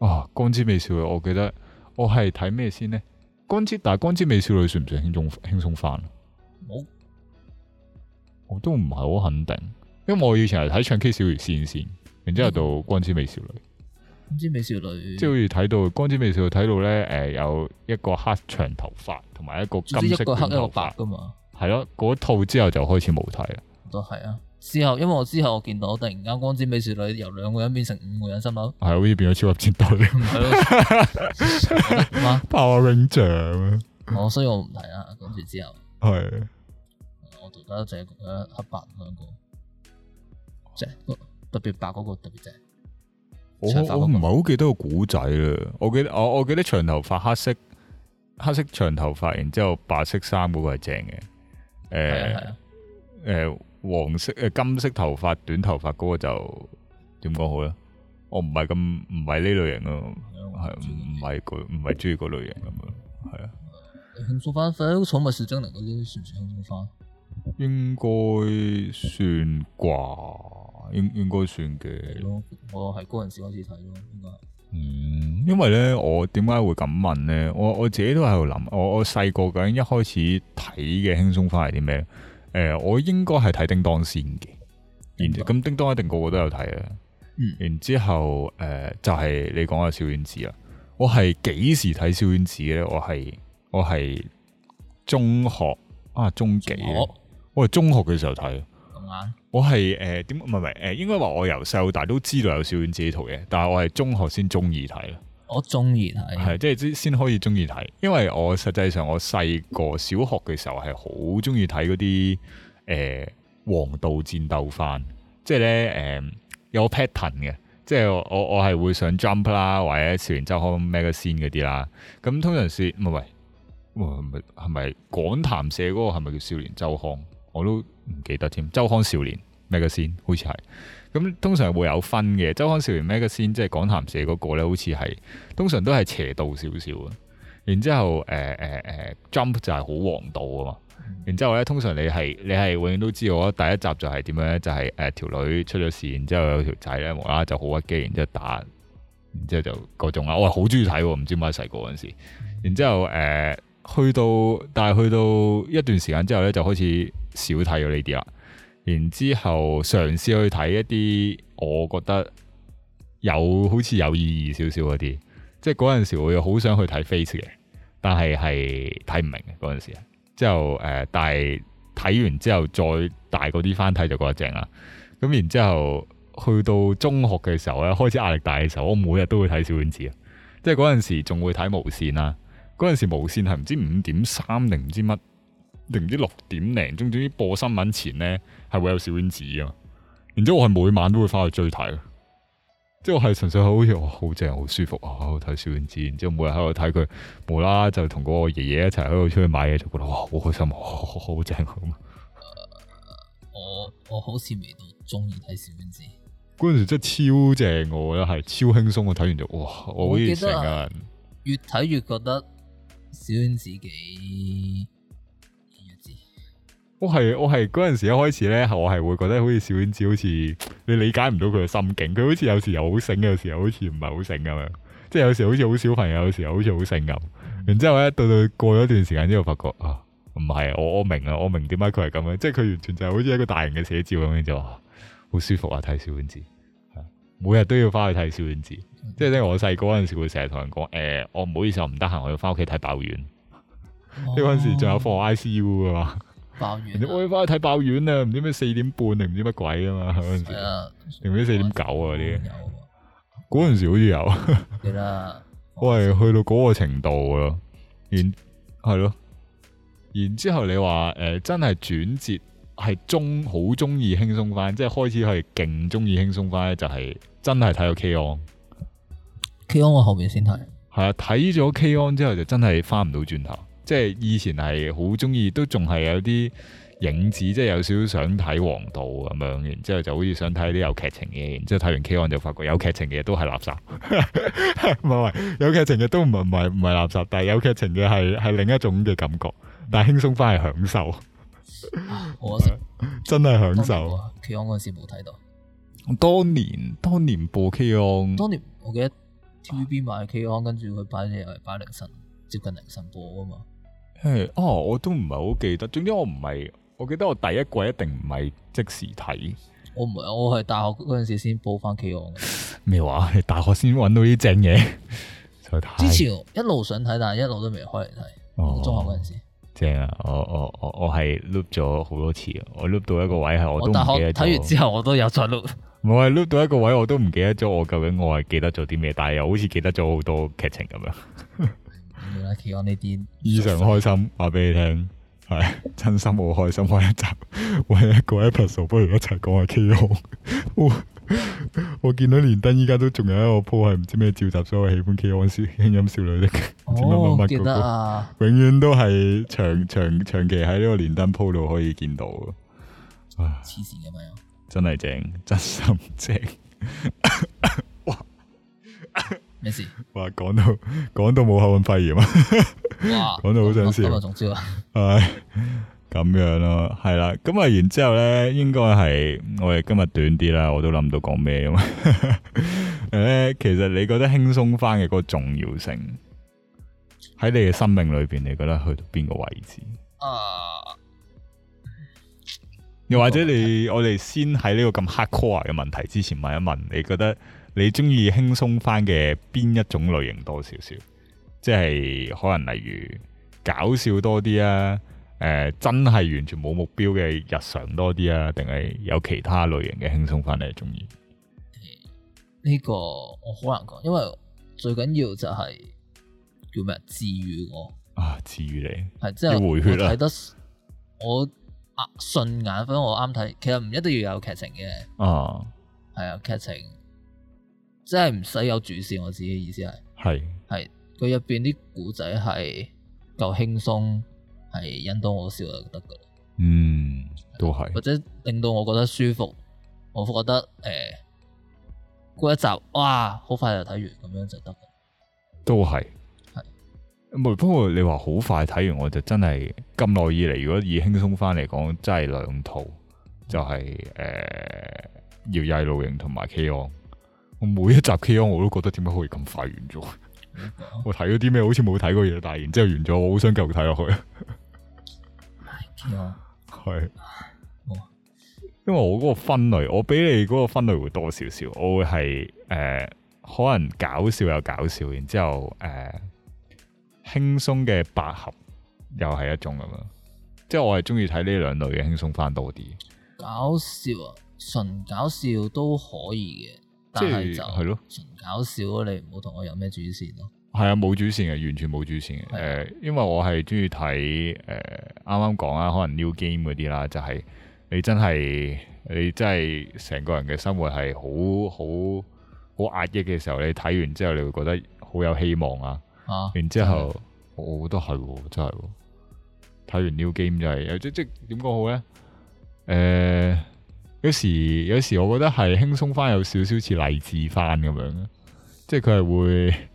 A: 嘢，
B: 啊，光之美少女，我記得我係睇咩先呢？光之，但係光之美少女算唔算輕鬆輕鬆番？
A: 我
B: 我都唔係好肯定，因為我以前係睇唱 K 小魚仙先，然之後到光之美少女。
A: 光之美少女
B: 即係好，似睇到《光之美少女》睇到咧，誒、有一個黑長頭髮同埋一個
A: 總
B: 金
A: 之一
B: 色
A: 個黑
B: 短
A: 一個
B: 頭
A: 白
B: 髮，
A: 噶嘛，
B: 係咯，嗰套之後就開始冇睇啦。
A: 都係啊。之後因為我之後我見到突然間光之美少女由兩個人變成五個人，心諗
B: 係好似變咗超級戰隊
A: 唔係咯，媽
B: Power Ranger 啊
A: 我所以我唔睇啦。跟住之後
B: 係
A: 我到而家就係覺得黑白兩個正，特別白嗰個特別正。
B: 我
A: 長髮嗰個
B: 我唔係好記得個古仔啦。我記得我我記得長頭髮黑色黑色長頭髮，然之後白色衫嗰個係正嘅。誒、
A: 係啊係啊，
B: 誒、黃色誒、金色頭髮短頭髮嗰個就點講好咧？我唔係咁唔係呢類型咯，係唔唔係佢唔係中意嗰類型咁樣，係啊，
A: 輕鬆翻，反正寵物小精靈嗰啲算唔算輕鬆翻？
B: 應該算啩，應應該
A: 係
B: 算嘅。
A: 咯，我係嗰陣時開始睇咯，應該係
B: 嗯，因為咧，我點解會咁問咧？我我自己都喺度諗，我我細個究竟一開始睇嘅輕鬆番係啲咩咧？誒、我應該係睇叮當先嘅，然之咁叮當一定個個都有睇啦。
A: 嗯
B: 然之後誒、就係、你講嘅小丸子啦。我係幾時睇小丸子嘅咧？我係我係中學啊，中幾呢？
A: 中學
B: 我係中學嘅時候睇。
A: 咁啱。
B: 我係誒點唔係唔係誒，應該話我由細到大都知道有小丸子呢套嘢，但係我係中學先中意睇啦，
A: 我中意睇，
B: 係即係之先可以中意睇，因為我實際上我細個小學嘅時候係好中意睇嗰啲誒黃道戰鬥番，即係咧誒有 pattern 嘅。即係我我我係會上 Jump 啦，或者少年周刊 Magazine 嗰啲啦。咁通常是唔係唔係唔係係咪廣談社嗰個係咪叫少年周刊？我都唔記得添。周刊少年 Magazine 好似係。咁通常會有分嘅。周刊少年 Magazine 即係廣談社嗰個咧，好似係通常都係邪道少少啊。然之後誒誒誒 Jump 就係好黃道啊嘛。然之後咧，通常你係你係永遠都知道，啊第一集就係點樣咧，就係誒條女出咗事，然之後有條仔咧無啦啦就好屈機，然之後打，然之後就嗰種啦。啊我係好中意睇喎，唔知點解細個嗰陣時。然之後誒、呃去到，但係去到一段時間之後咧，就開始少睇咗呢啲啦。然之後嘗試去睇一啲我覺得有好似有意義少少嗰啲，即係嗰陣時我又好想去睇 Face 嘅，但係係睇唔明嘅嗰陣時。之後誒、呃但係睇完之後再大嗰啲翻睇就覺得正啦。咁然之後去到中學嘅時候咧，開始壓力大嘅時候，我每日都會睇小丸子啊。即係嗰陣時仲會睇無線啦。嗰陣時無線係唔知五點三定唔知乜定唔知六點零鐘，總之播新聞前咧係會有小丸子啊。然之後我係每晚都會翻去追睇咯。即係我係純粹好似哇好正好舒服啊！我睇小丸子，然之後每日喺度睇佢，無啦啦就同個爺爺一齊喺度出去買嘢，就覺得哇好開心，哇好好 <laughs> 好正咁。
A: 我我好似未到中意睇小丸子。
B: 嗰陣時真係超正，我覺得係超輕鬆。我睇完就哇，我好似成個人
A: 越睇越覺得小丸子幾弱智，
B: 我係我係嗰陣時一開始咧，我係會覺得好似小丸子，好似你理解唔到佢嘅心境。佢好似有時又好醒，有時又好似唔係好醒咁樣。即係有時好似好小朋友，有時又好似好醒咁。然之後咧，到到過咗一段時間之後，發覺啊，唔係，我我明啦，我明點解佢係咁樣。即係佢完全就係好似一個大型嘅寫照咁樣就話，好舒服啊！睇小丸子，係啊每日都要翻去睇小丸子。即係咧，我細個嗰陣時會成日同人講，誒、我唔好意思，我唔得閒，我要翻屋企睇爆丸。即係嗰陣時仲有放 ICU 噶嘛。
A: 哦爆啊完
B: 人哋哎
A: 啦，
B: 我翻去睇爆丸啊，唔知咩四點半定唔知乜鬼啊嘛，嗰陣時
A: 係啊，
B: 定唔知四點九啊嗰啲，
A: 有啊
B: 嗰陣時好似有， <laughs>
A: 記得，
B: 我係去到嗰個程度咯，然係咯，然之後你話诶、呃真係轉折係中好中意輕鬆翻，即係開始係勁中意輕鬆翻咧，就係真係睇咗 K on，
A: K on 我後面先睇，
B: 係啊，睇咗 K on 之後就真係翻唔到轉頭，即係以前係好中意，都仲係有啲影子，即係有少少想睇黃道咁樣，然之後就好似想睇啲有劇情嘅，然之後睇完 K 案就發覺有劇情嘅都係垃圾， <laughs> 唔係唔係有劇情嘅都唔係唔係唔係垃圾，但係有劇情嘅係係另一種嘅感覺，但係輕鬆翻係享受， <laughs>
A: 我食
B: 真係啊享受。
A: 企安嗰陣時冇睇到，
B: 當年當年播 K 案，
A: 當年我記得 TVB 買企安，跟住佢擺嘢係擺凌晨，接近凌晨播啊嘛。
B: 係哦，我都唔係好記得，總之我唔係，我記得我第一季一定唔係即時睇。
A: 我唔係，我係大學嗰陣時先報翻企安嘅。
B: 咩話？你大學先揾到啲正嘢，
A: <laughs>
B: 就太
A: 之前我一路想睇，但係一路都未開嚟睇。
B: 哦
A: 中學嗰陣時，
B: 正啊！我我我我係 loop 咗好多次，我 loop 到一個位係我
A: 我
B: 都
A: 大
B: 唔記
A: 學
B: 得
A: 睇完之
B: 咗。
A: 後，我都有再錄。
B: 我係 loop 到一個位，我都唔記得咗我究竟我係記得咗啲咩，但係又好似記得咗好多劇
A: <laughs>
B: 情咁樣。
A: 原來企安呢啲
B: 異常開心，話俾你聽，係 <laughs> 真心好開心開一集， <laughs> 揾一個 episode，不如一齊講下 K.O. <laughs> 我我見到連登依家都仲有一個 po 係唔知咩召集所有喜歡 K.O. 少輕音少女的，唔知乜
A: 哦
B: 乜乜，
A: 記
B: 嗰
A: 得
B: 個
A: 啊，
B: 永遠都係長長長期喺呢個連登鋪度可以見到嘅，啊，
A: 黐線嘅朋友。
B: 真係正，真心正。
A: 咩事？
B: 哇，講到講到冇口韻肺炎啊， <laughs>
A: 哇！
B: 講到好想笑
A: 今日仲笑啊！
B: 唉，咁樣咯，係啦，咁啊，然之後咧，應該係我哋今日短啲啦，我都諗唔到講咩咁。 <laughs> 誒，其實你覺得輕鬆翻嘅嗰個重要性，喺你嘅生命裏邊，你覺得去到邊個位置？
A: 啊，
B: 又或者你我哋先喺呢個咁 hard core 嘅問題之前問一問，你覺得你中意輕鬆翻嘅邊一種類型多少少？即係可能例如搞笑多啲啊，誒、真係完全冇目標嘅日常多啲啊，定係有其他類型嘅輕鬆翻你係中意？
A: 呢個我好難講，因為最緊要就係叫咩治愈我，
B: 啊，至於你
A: 係即係
B: 要回血啊
A: 我睇得我啊順眼，反正我啱睇，其實唔一定要有劇情嘅，
B: 啊，
A: 係啊劇情，即係唔使有主線，我自己意思係。
B: 係
A: 係佢入邊啲古仔係夠輕鬆，係引到我笑就得噶，
B: 嗯，都係
A: 或者令到我覺得舒服，我覺得誒嗰、一集哇好快就睇完咁樣就得㗎。
B: 都係
A: 係。
B: 唔係，不過你話好快睇完，我就真係咁耐以嚟，如果以輕鬆翻嚟講，真係兩套，就係、呃搖曳露營同埋 K 安。我每一集 K 安我都覺得點解可以咁快完咗？我睇咗啲咩？好似冇睇過嘢，但係然之後完咗，我好想繼續睇落去。
A: 唉幾好
B: 係
A: 好，
B: 因為我嗰個分類，我比你嗰個分類會多少少，我會係誒、呃可能搞笑有搞笑，然之後誒、呃、輕鬆嘅百合又係一種咁樣，即係我係中意睇呢兩類嘅輕鬆翻多啲，
A: 搞笑啊，純搞笑都可以嘅，但係
B: 即
A: 就
B: 係係咯，
A: 純搞笑咯，你唔好同我有咩主線咯。
B: 係啊，冇主線嘅，完全冇主線嘅，誒、
A: 係
B: 因為我係中意睇誒啱啱講啦，可能 new game 嗰啲啦，就係、你真係你真係成個人嘅生活係好好好壓抑嘅時候，你睇完之後你會覺得好有希望啊。 <laughs>
A: 啊，
B: 然之後，我覺得係喎，真係喎。睇完 New Game 就係、有即即點講好咧？誒、有時有時我覺得係輕鬆翻，有少少似勵志翻咁樣，即係佢係會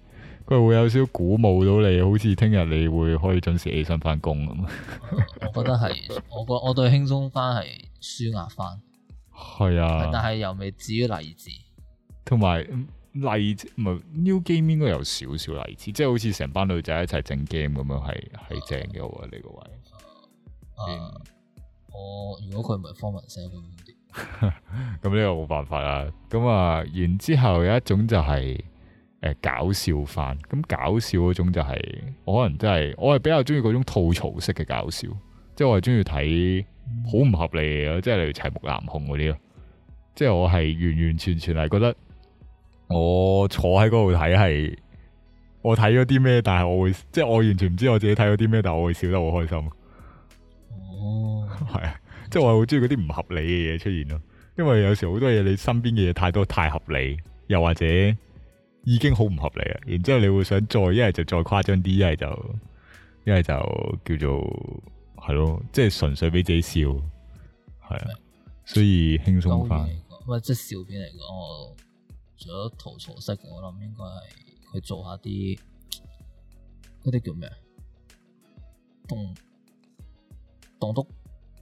B: <laughs> 佢係會有少少鼓舞到你，好似聽日你會可以準時起身翻工咁。
A: 我覺得係我覺我對輕鬆翻係舒壓翻，
B: 係
A: 但
B: 啊，
A: 係又未至於勵志。
B: 同埋嗯勵志唔係 New Game 應該有少少勵志，即係好似成班女仔一齊整 game 咁樣，係係正嘅喎呢個位。
A: 啊，我如果佢唔係方文社會咁啲，
B: 咁呢個冇辦法啦。咁啊，然之後有一種就係、誒、搞笑翻。咁搞笑嗰種就係、我可能真係我係比較中意嗰種吐槽式嘅搞笑，即係我係中意睇好唔合理嘅嘢，即係例如齊木楠雄嗰啲咯。即係我係完完全全係覺得我坐喺嗰度睇係我睇咗啲咩，但係我會即係我完全唔知我自己睇咗啲咩，但係我會笑得好開心。
A: 哦，
B: 系啊，即系我係好中意嗰啲唔合理嘅嘢出現咯，因為有時好多嘢你身邊嘅嘢太多太合理，又或者已經好唔合理啦，然之后你會想再一係就再誇張啲，一係就一係就叫做系咯，即系純粹俾自己笑，係啊，所以輕鬆翻
A: 鳩片。嚟講，喂，即係笑片嚟講，我除咗吐槽式嘅，我諗應該係佢做下啲嗰啲叫咩啊？棟棟篤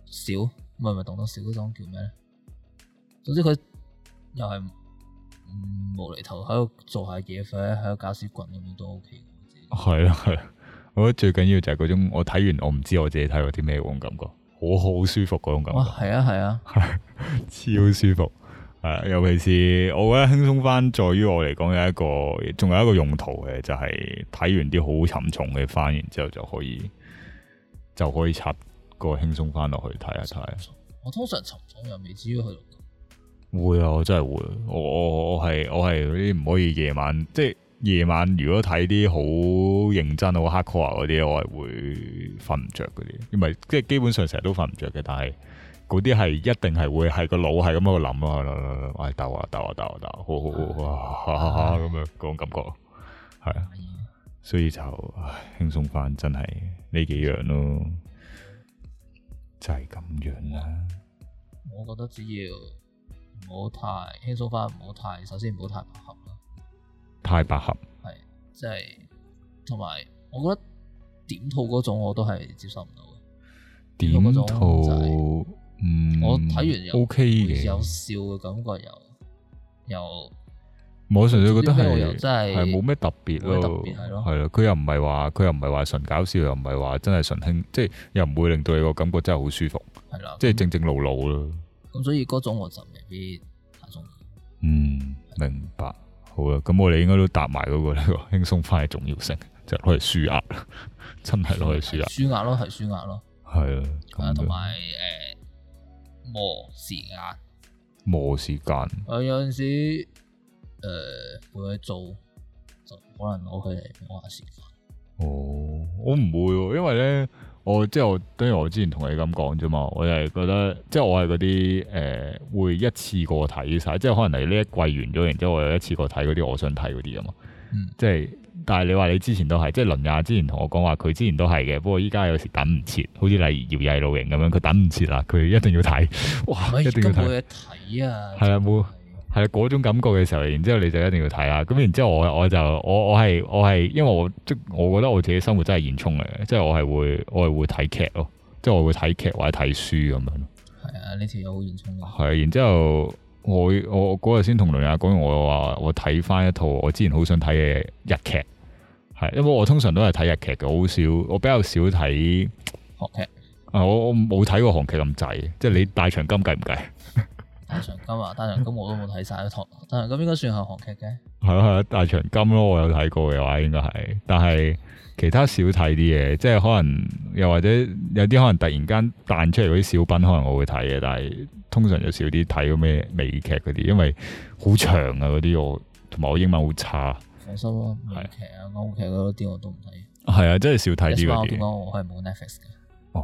A: 笑，唔係唔係棟篤笑嗰種叫咩咧？總之佢又係嗯無厘頭喺度做下嘢，或者喺度搞屎棍咁樣都 OK 嘅。我自己
B: 係咯係咯，我覺得最緊要就係嗰種我睇完我唔知我自己睇咗啲咩嗰種感覺，我好舒服嗰種感
A: 哇，
B: 覺。
A: 係啊係啊，
B: 超舒服。系，尤其是我覺得輕鬆翻，在於我嚟講有一個，仲有一個用途嘅，就係、睇完啲好沉重嘅翻，然之後就可以就可以插個輕鬆翻落去睇一睇。
A: 我通常沉重又未至於去到。
B: 會啊，我真係會，我我我係我係嗰啲唔可以夜晚，即係夜晚如果睇啲好認真、好 hardcore 嗰啲，我係會瞓唔着嗰啲，唔係即係基本上成日都瞓唔着嘅，但係嗰啲係一定係會係個腦係咁喺度諗咯，啦唉鬥啊鬥啊鬥啊鬥啊，好好好啊哈哈哈咁樣嗰種感覺，係啊，所以就唉輕鬆翻，真係呢幾樣咯，就係、咁樣啦，
A: 我覺得只要唔好太輕鬆翻，唔好太首先唔好太白合啦，
B: 太百合
A: 係即係同埋我覺得點套嗰種我都係接受唔到嘅。
B: 點
A: 有嗰種就
B: 圖
A: 係，
B: 嗯，
A: 我睇完又
B: O K
A: 有
B: 嘅，
A: 笑嘅感覺，又又
B: 我純粹覺得
A: 啲咩又
B: 係
A: 真係
B: 係冇咩特別咯，
A: 冇咩特別係咯
B: 係咯，佢又唔係話佢又唔係話純搞笑，又唔係話真係純輕，即係又唔會令到你個感覺真係好舒服，
A: 係啦，
B: 即係正正路路咯。
A: 咁所以嗰種我就未必太中意。
B: 嗯，明白。好啦，咁我哋應該都答埋嗰個呢個輕鬆翻嘅重要性，就攞嚟舒壓，真係攞嚟舒壓，
A: 舒壓咯，係舒壓咯，
B: 係啊，
A: 啊
B: 咁
A: 同
B: 樣
A: 埋誒磨時間。
B: 磨時間，
A: 我有陣時誒、呃、會去做，就可能攞佢嚟摸下時間。
B: 哦，我唔會喎，因為咧，我即係我等於我之前同你咁講啫嘛，我就係覺得，即係我係嗰啲誒會一次過睇晒，即係可能係呢一季完咗，然之後我又一次過睇嗰啲我想睇嗰啲啊嘛，
A: 嗯
B: 即係但係你話你之前都係，即係倫亞之前同我講話佢之前都係嘅，不過依家有時等唔切，好似例如搖曳露營咁樣，佢等唔切啦，佢一定要睇，
A: 唔
B: 哇，
A: 係
B: 一定要
A: 根本
B: 睇
A: 冇。嘢睇啊！
B: 係啊
A: 真
B: 冇
A: 係
B: 係嗰種感覺嘅時候，然之後你就一定要睇啦。咁然之後我我就我我係我係因為我即我覺得我自己生活真係現充嚟嘅，即係我係會我係會睇劇咯，即係我會睇劇或者睇書咁樣咯。
A: 係啊，呢條友好現充㗎。
B: 係，然之後我我嗰日先同雷亞講，我話我睇翻一套我之前好想睇嘅日劇，係因為我通常都係睇日劇嘅，我好少我比較少睇
A: 學劇
B: 啊，我我冇睇過韓劇咁滯，即係你大長今計唔計？
A: 大長今啊，大長今我都冇睇晒，唐大長今應該算係韓劇嘅。
B: 係啊係啊，大長今咯，我有睇過嘅話應該係，但係其他少睇啲嘢，即係可能又或者有啲可能突然間彈出嚟嗰啲小品，可能我會睇嘅，但係通常就少啲睇嗰咩美劇嗰啲，因為好長啊嗰啲我，同埋我英文好差，
A: 放心咯，
B: 係
A: 美劇啊、歐劇嗰啲我都唔睇。
B: 係啊，真係少睇
A: That's why
B: 啲嗰
A: 我點
B: 啲。
A: 講我係冇 Netflix 嘅。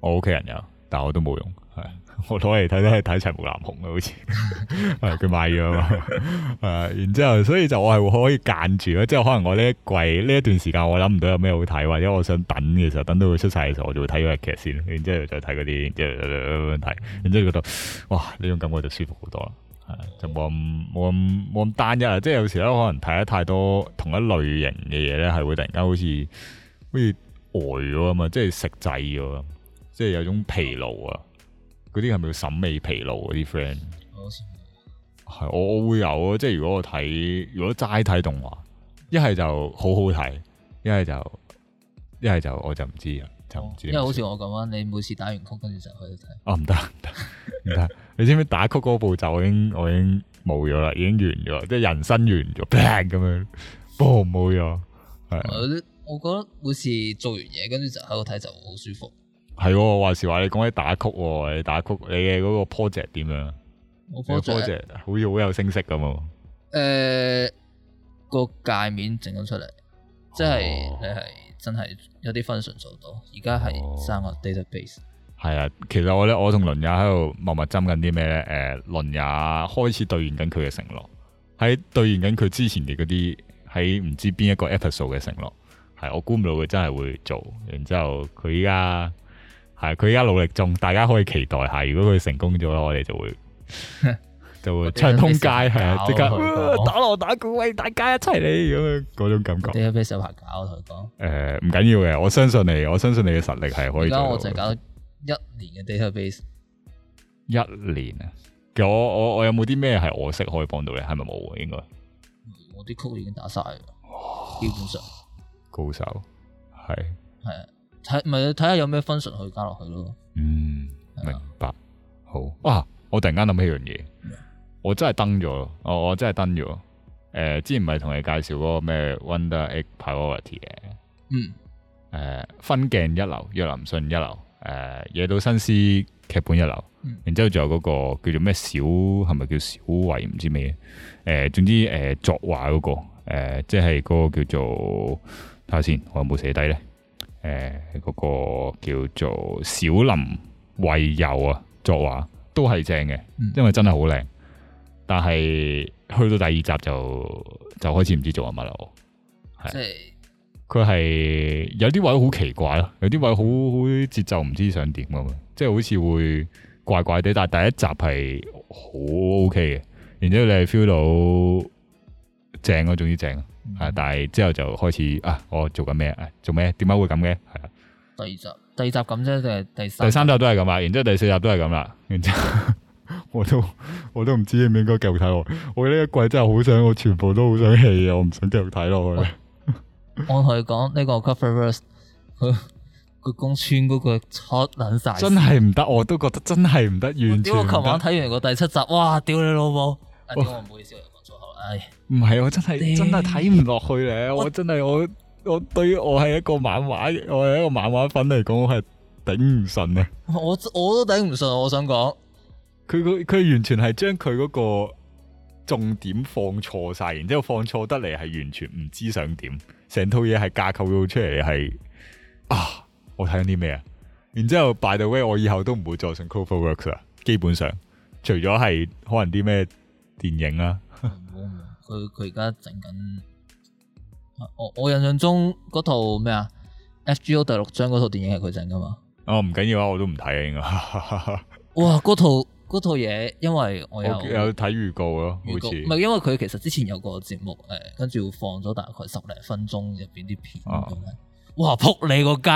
B: 我屋企人有，但我都冇用，係 <laughs> 我攞嚟睇都係睇齊木南紅啊嘅，好似 <laughs> 係佢買咗啊嘛， <laughs> 係啊然之後所以就我係會可以間住咯，即係可能我呢一季呢一段時間我諗唔到有咩好睇，或者我想等嘅時候，等到佢出晒嘅時候，我就會睇咗日劇先，然之後再睇嗰啲，然之後咁樣睇，然之後覺得哇呢種感覺就舒服好多啦。係就冇咁冇咁冇咁單一啊！即係有時咧，可能睇得太多同一類型嘅嘢咧，係會突然間好似好似呆咗啊嘛，即係食滯咗啊，即係有種疲勞啊。嗰啲係咪叫審美疲勞嗰啊啲 friend？
A: 我好似冇
B: 係我我會有啊，即係如果我睇，如果齋睇動畫，一係就好好睇，一係就一係就我就唔知啊，就唔知
A: 因為好似我咁啊，你每次打完曲跟住就去睇。
B: 啊唔得唔得唔得！你知唔知打曲嗰個步驟我已經我已經冇咗啦，已經完咗啦，即係人生完咗，bang 咁樣，boom 冇咗，係啊
A: 我覺得我覺得每次做完嘢跟住就喺度睇就好舒服。
B: 係喎。話時話你講起打曲喎，你打曲你嘅嗰個 project 點樣？啊
A: 我
B: 你
A: project
B: 個 project 好似好有聲色咁啊喎。
A: 誒呃個界面整咗出嚟，即係
B: 哦
A: 你係真係有啲 function 做到，而家係生個 database。
B: 係啊，其實我咧，我同倫也喺度默默斟緊啲咩咧？誒、倫也開始兌現緊佢嘅承諾，喺兌現緊佢之前嘅嗰啲喺唔知邊一個 episode 嘅承諾，係我估唔到佢真係會做，然之後佢依家系佢而家努力中，大家可以期待下。如果佢成功咗啦，我哋
A: <laughs>
B: 就會就會
A: 我哋
B: 唱通街，
A: 都未
B: 係啊，即刻
A: 搞佢
B: 呃
A: 講
B: 打锣打鼓，喂，大家一齊嚟咁樣嗰種感覺。
A: 你都俾手牌搞，我同佢講。
B: 诶，唔緊要嘅，我相信你，我相信你嘅實力係可
A: 而
B: 以做
A: 家
B: 到。
A: 我就係搞一年嘅 database，
B: 一年啊，其實我我我有冇啲咩係我識可以幫到你？係咪冇啊？應該
A: 我啲曲已經打晒啦，基本上
B: 高手係，
A: 係啊睇咪睇下有咩 function 可以加落去咯。
B: 嗯，
A: 係啊
B: 明白。好啊，我突然間諗起樣嘢，我真係登咗咯，我我真係登咗。诶、之前咪同你介紹嗰個咩 Wonder Egg Priority 嘅。
A: 嗯，
B: 誒、呃分鏡一流，若林信一流，誒、野島新司劇本一流，
A: 嗯
B: 然之後仲有嗰、個叫做咩小係咪叫小維唔知咩嘢？誒、總之誒、作畫嗰、個、誒即係嗰個叫做睇下先，我有冇寫低咧？誒、呃嗰、個叫做小林惠佑啊，作畫都係正嘅
A: 嗯，
B: 因為真係好靚。但係去到第二集就就開始唔知做緊乜啦，我。係
A: 即係
B: 佢係有啲位好奇怪咯，有啲位好好節奏唔知想點咁樣，即係好似會怪怪地。但係第一集係好 OK 嘅，然之後你係 feel 到正咯，總之正啊。係但係之後就開始啊，我做緊咩？啊做咩？點解會咁嘅？係啊，
A: 第二集，第二集咁啫，定係第三？
B: 第三集都係咁啊，然之後第四集都係咁啦，然之後 <laughs> 我都我都唔知應唔應該繼續睇落去。我呢一季真係好想，我全部都好想棄啊，我唔想繼續睇落去啦。
A: 我同佢講呢個 cover verse，佢佢公村嗰個出撚晒線，
B: 真係唔得，我都覺得真係唔得，完全
A: 屌！我
B: 唔
A: 琴
B: 得
A: 晚。睇完個第七集，哇！屌你老母！啊屌我唔好意思，我又講粗口啦。唉，
B: 唔係，我真係
A: 你
B: 真係睇唔落去咧。
A: 我
B: 我真係我我對於我係一個漫畫，我係一個漫畫粉嚟講，我係頂唔順啊！
A: 我我都頂唔順，我想講，
B: 佢佢佢完全係將佢嗰個重點放錯晒，然之後放錯得嚟係完全唔知想點，成套嘢係架構到出嚟係啊！我睇緊啲咩啊？然之後 by the way，我以後都唔會再上 CloverWorks 啦，基本上除咗係可能啲咩電影啊啦、
A: 唔好唔好佢佢而家整緊。我我印象中嗰套咩啊？FGO 第六章嗰套電影係佢整噶嘛？
B: 啊，哦唔緊要啊，我都唔睇啊，應該。
A: 哇！嗰套嗰套嘢，因為我有
B: 我有睇預告咯，好
A: 預告唔
B: 似
A: 係因為佢其實之前有個節目誒，跟住放咗大概十零分鐘入邊啲片
B: 啊
A: 咁樣。哇！撲你個街，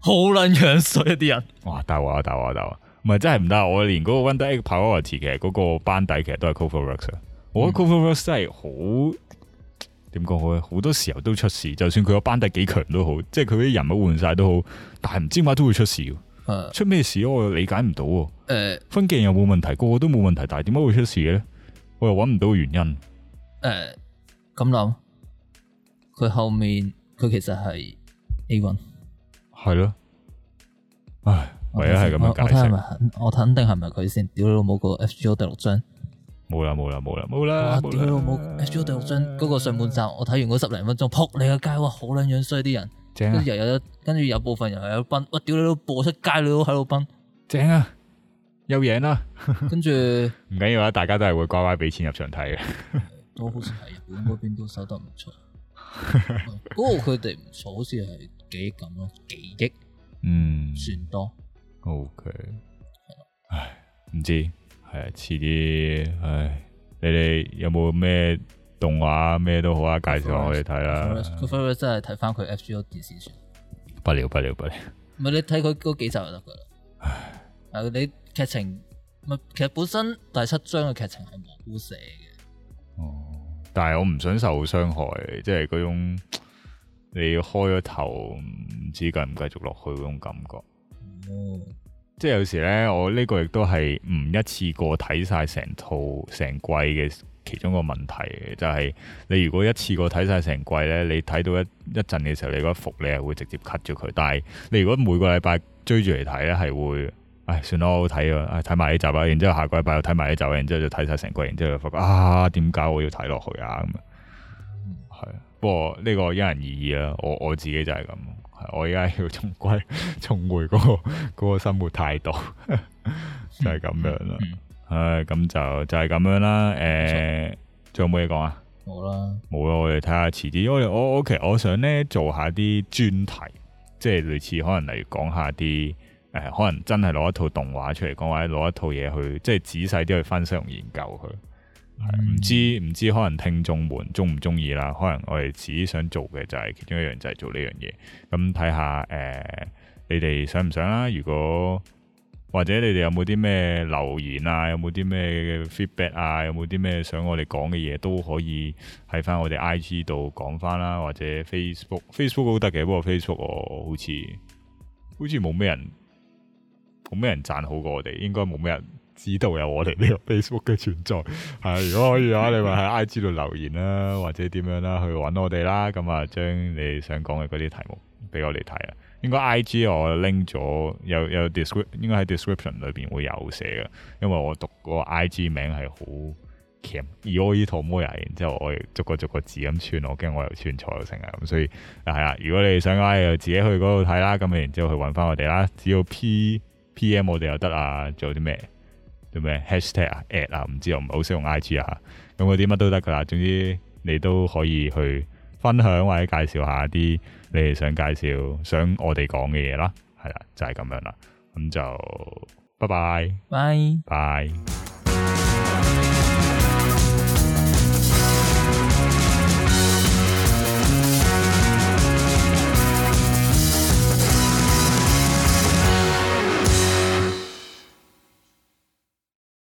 A: 好撚樣水啊啲人。
B: 哇大話大啊話大話，唔係真係唔得，啊我連嗰個 Wonder Egg Priority 其實嗰個班底其實都係 CoverWorks 啊，
A: 嗯
B: 我覺得 CoverWorks 真係好點講好咧，好多時候都出事，就算佢個班底幾強都好，即係佢啲人物換晒都好，但係唔知點解都會出事喎，
A: 誒
B: 出咩事我理解唔到喎，
A: 啊誒
B: 分鏡又冇問題，個個都冇問題，但係點解會出事嘅咧？我又揾唔到原因，
A: 誒呃咁諗，佢後面佢其實係 A one。
B: 係咯，唉，
A: 我
B: 唯一係咁
A: 我
B: 樣
A: 我睇
B: 解
A: 係
B: 釋，
A: 咪肯？我肯定係咪佢先？屌你老母個 FGO 第六章！
B: 冇啦冇啦冇啦冇
A: 哇！
B: 啦，
A: 屌
B: 冇啊
A: 你
B: 啦
A: 老母 FGO 第六章嗰個上半集，我睇完嗰十零分鐘，撲你個街！哇，好撚樣衰啲
B: <laughs>
A: 人，
B: 正
A: 跟
B: 啊
A: 住又有跟住有部分人又有崩，哇！屌你老母播出街你都喺度崩，
B: 正啊，又贏啦！
A: 跟住
B: 唔緊要啦，啊大家都係會乖乖俾錢入場
A: <laughs>
B: 睇嘅。
A: 都好似喺日本嗰邊都收得唔
B: <laughs>
A: 錯。嗰個佢哋唔錯，好似係幾億咁咯，幾億
B: 嗯
A: 算多。
B: ，OK。唉，唔知係啊，遲啲唉，你哋有冇咩動畫咩都好啊，介紹下我哋睇啦。
A: 佢 f a 真係睇翻佢 FGO 電視算。
B: 不了不了不了，
A: 唔係你睇佢嗰幾集就得噶啦。啊，你劇情唔係其實本身第七章嘅劇情係蘑菇寫嘅，
B: 哦，但係我唔想受傷害，即係嗰種你開咗頭唔知繼唔繼續落去嗰種感覺。
A: 哦，
B: 即係有時咧，我呢個亦都係唔一次過睇晒成套成季嘅其中一個問題嘅，就係、你如果一次過睇晒成季咧，你睇到一一陣嘅時候，你嗰一服你係會直接 cut 咗佢。但係你如果每個禮拜追住嚟睇咧，係會，唉，算啦，我睇啊，唉睇埋呢集啦，然之後下個禮拜又睇埋呢集啦，然之後就睇晒成季，然之後就發覺啊，點解我要睇落去啊咁啊？係啊，不過呢個因人而異啦。我我自己就係咁，係我而家要重歸 <laughs> 重回嗰、個嗰個生活態度， <laughs> 就係咁樣啦。
A: 嗯
B: 唉，咁就就係咁樣啦。誒，仲有冇嘢講啊？
A: 好啦，
B: 冇啦，我哋睇下遲啲，因為我我其實我想咧做下啲專題，即係類似可能例如講下啲誒、诶、可能真係攞一套動畫出嚟講，或者攞一套嘢去即係仔細啲去分析同研究佢。係唔、知唔知可能聽眾們中唔中意啦？可能我哋自己想做嘅就係其中一樣就係做呢樣嘢。咁睇下诶，你哋想唔想啦？如果或者你哋有冇啲咩留言啊？有冇啲咩 feedback 啊？有冇啲咩想我哋講嘅嘢都可以喺翻我哋 IG 度講翻啦，或者 Facebook，Facebook 都得嘅。不過 Facebook 我好似好似冇咩人冇咩人讚好過我哋，應該冇咩人知道有我哋呢個 <laughs> Facebook 嘅存在。係，如果可以嘅話，你咪喺 IG 度留言啦，或者點樣啦，去揾我哋啦。咁啊，將你想講嘅嗰啲題目俾我哋睇啊。應該 IG 我拎咗有有 descrip，應該喺 description 裏邊會有寫嘅，因為我讀個 IG 名係好。鉗，而我依套摩人，然之後我逐個逐個字咁串，我驚我又串錯又成啊，咁所以啊係啦，如果你想嘅話，你就自己去嗰度睇啦，咁然之後去揾翻我哋啦，只要 P P M 我哋又得啊，做啲咩做咩 hashtag 啊 at 啊，唔知我唔係好識用 I G 啊，咁嗰啲乜都得噶啦，總之你都可以去分享或者介紹下啲你哋想介紹想我哋講嘅嘢啦，係啦，就係、咁樣啦，咁就拜拜
A: 拜。
B: 拜。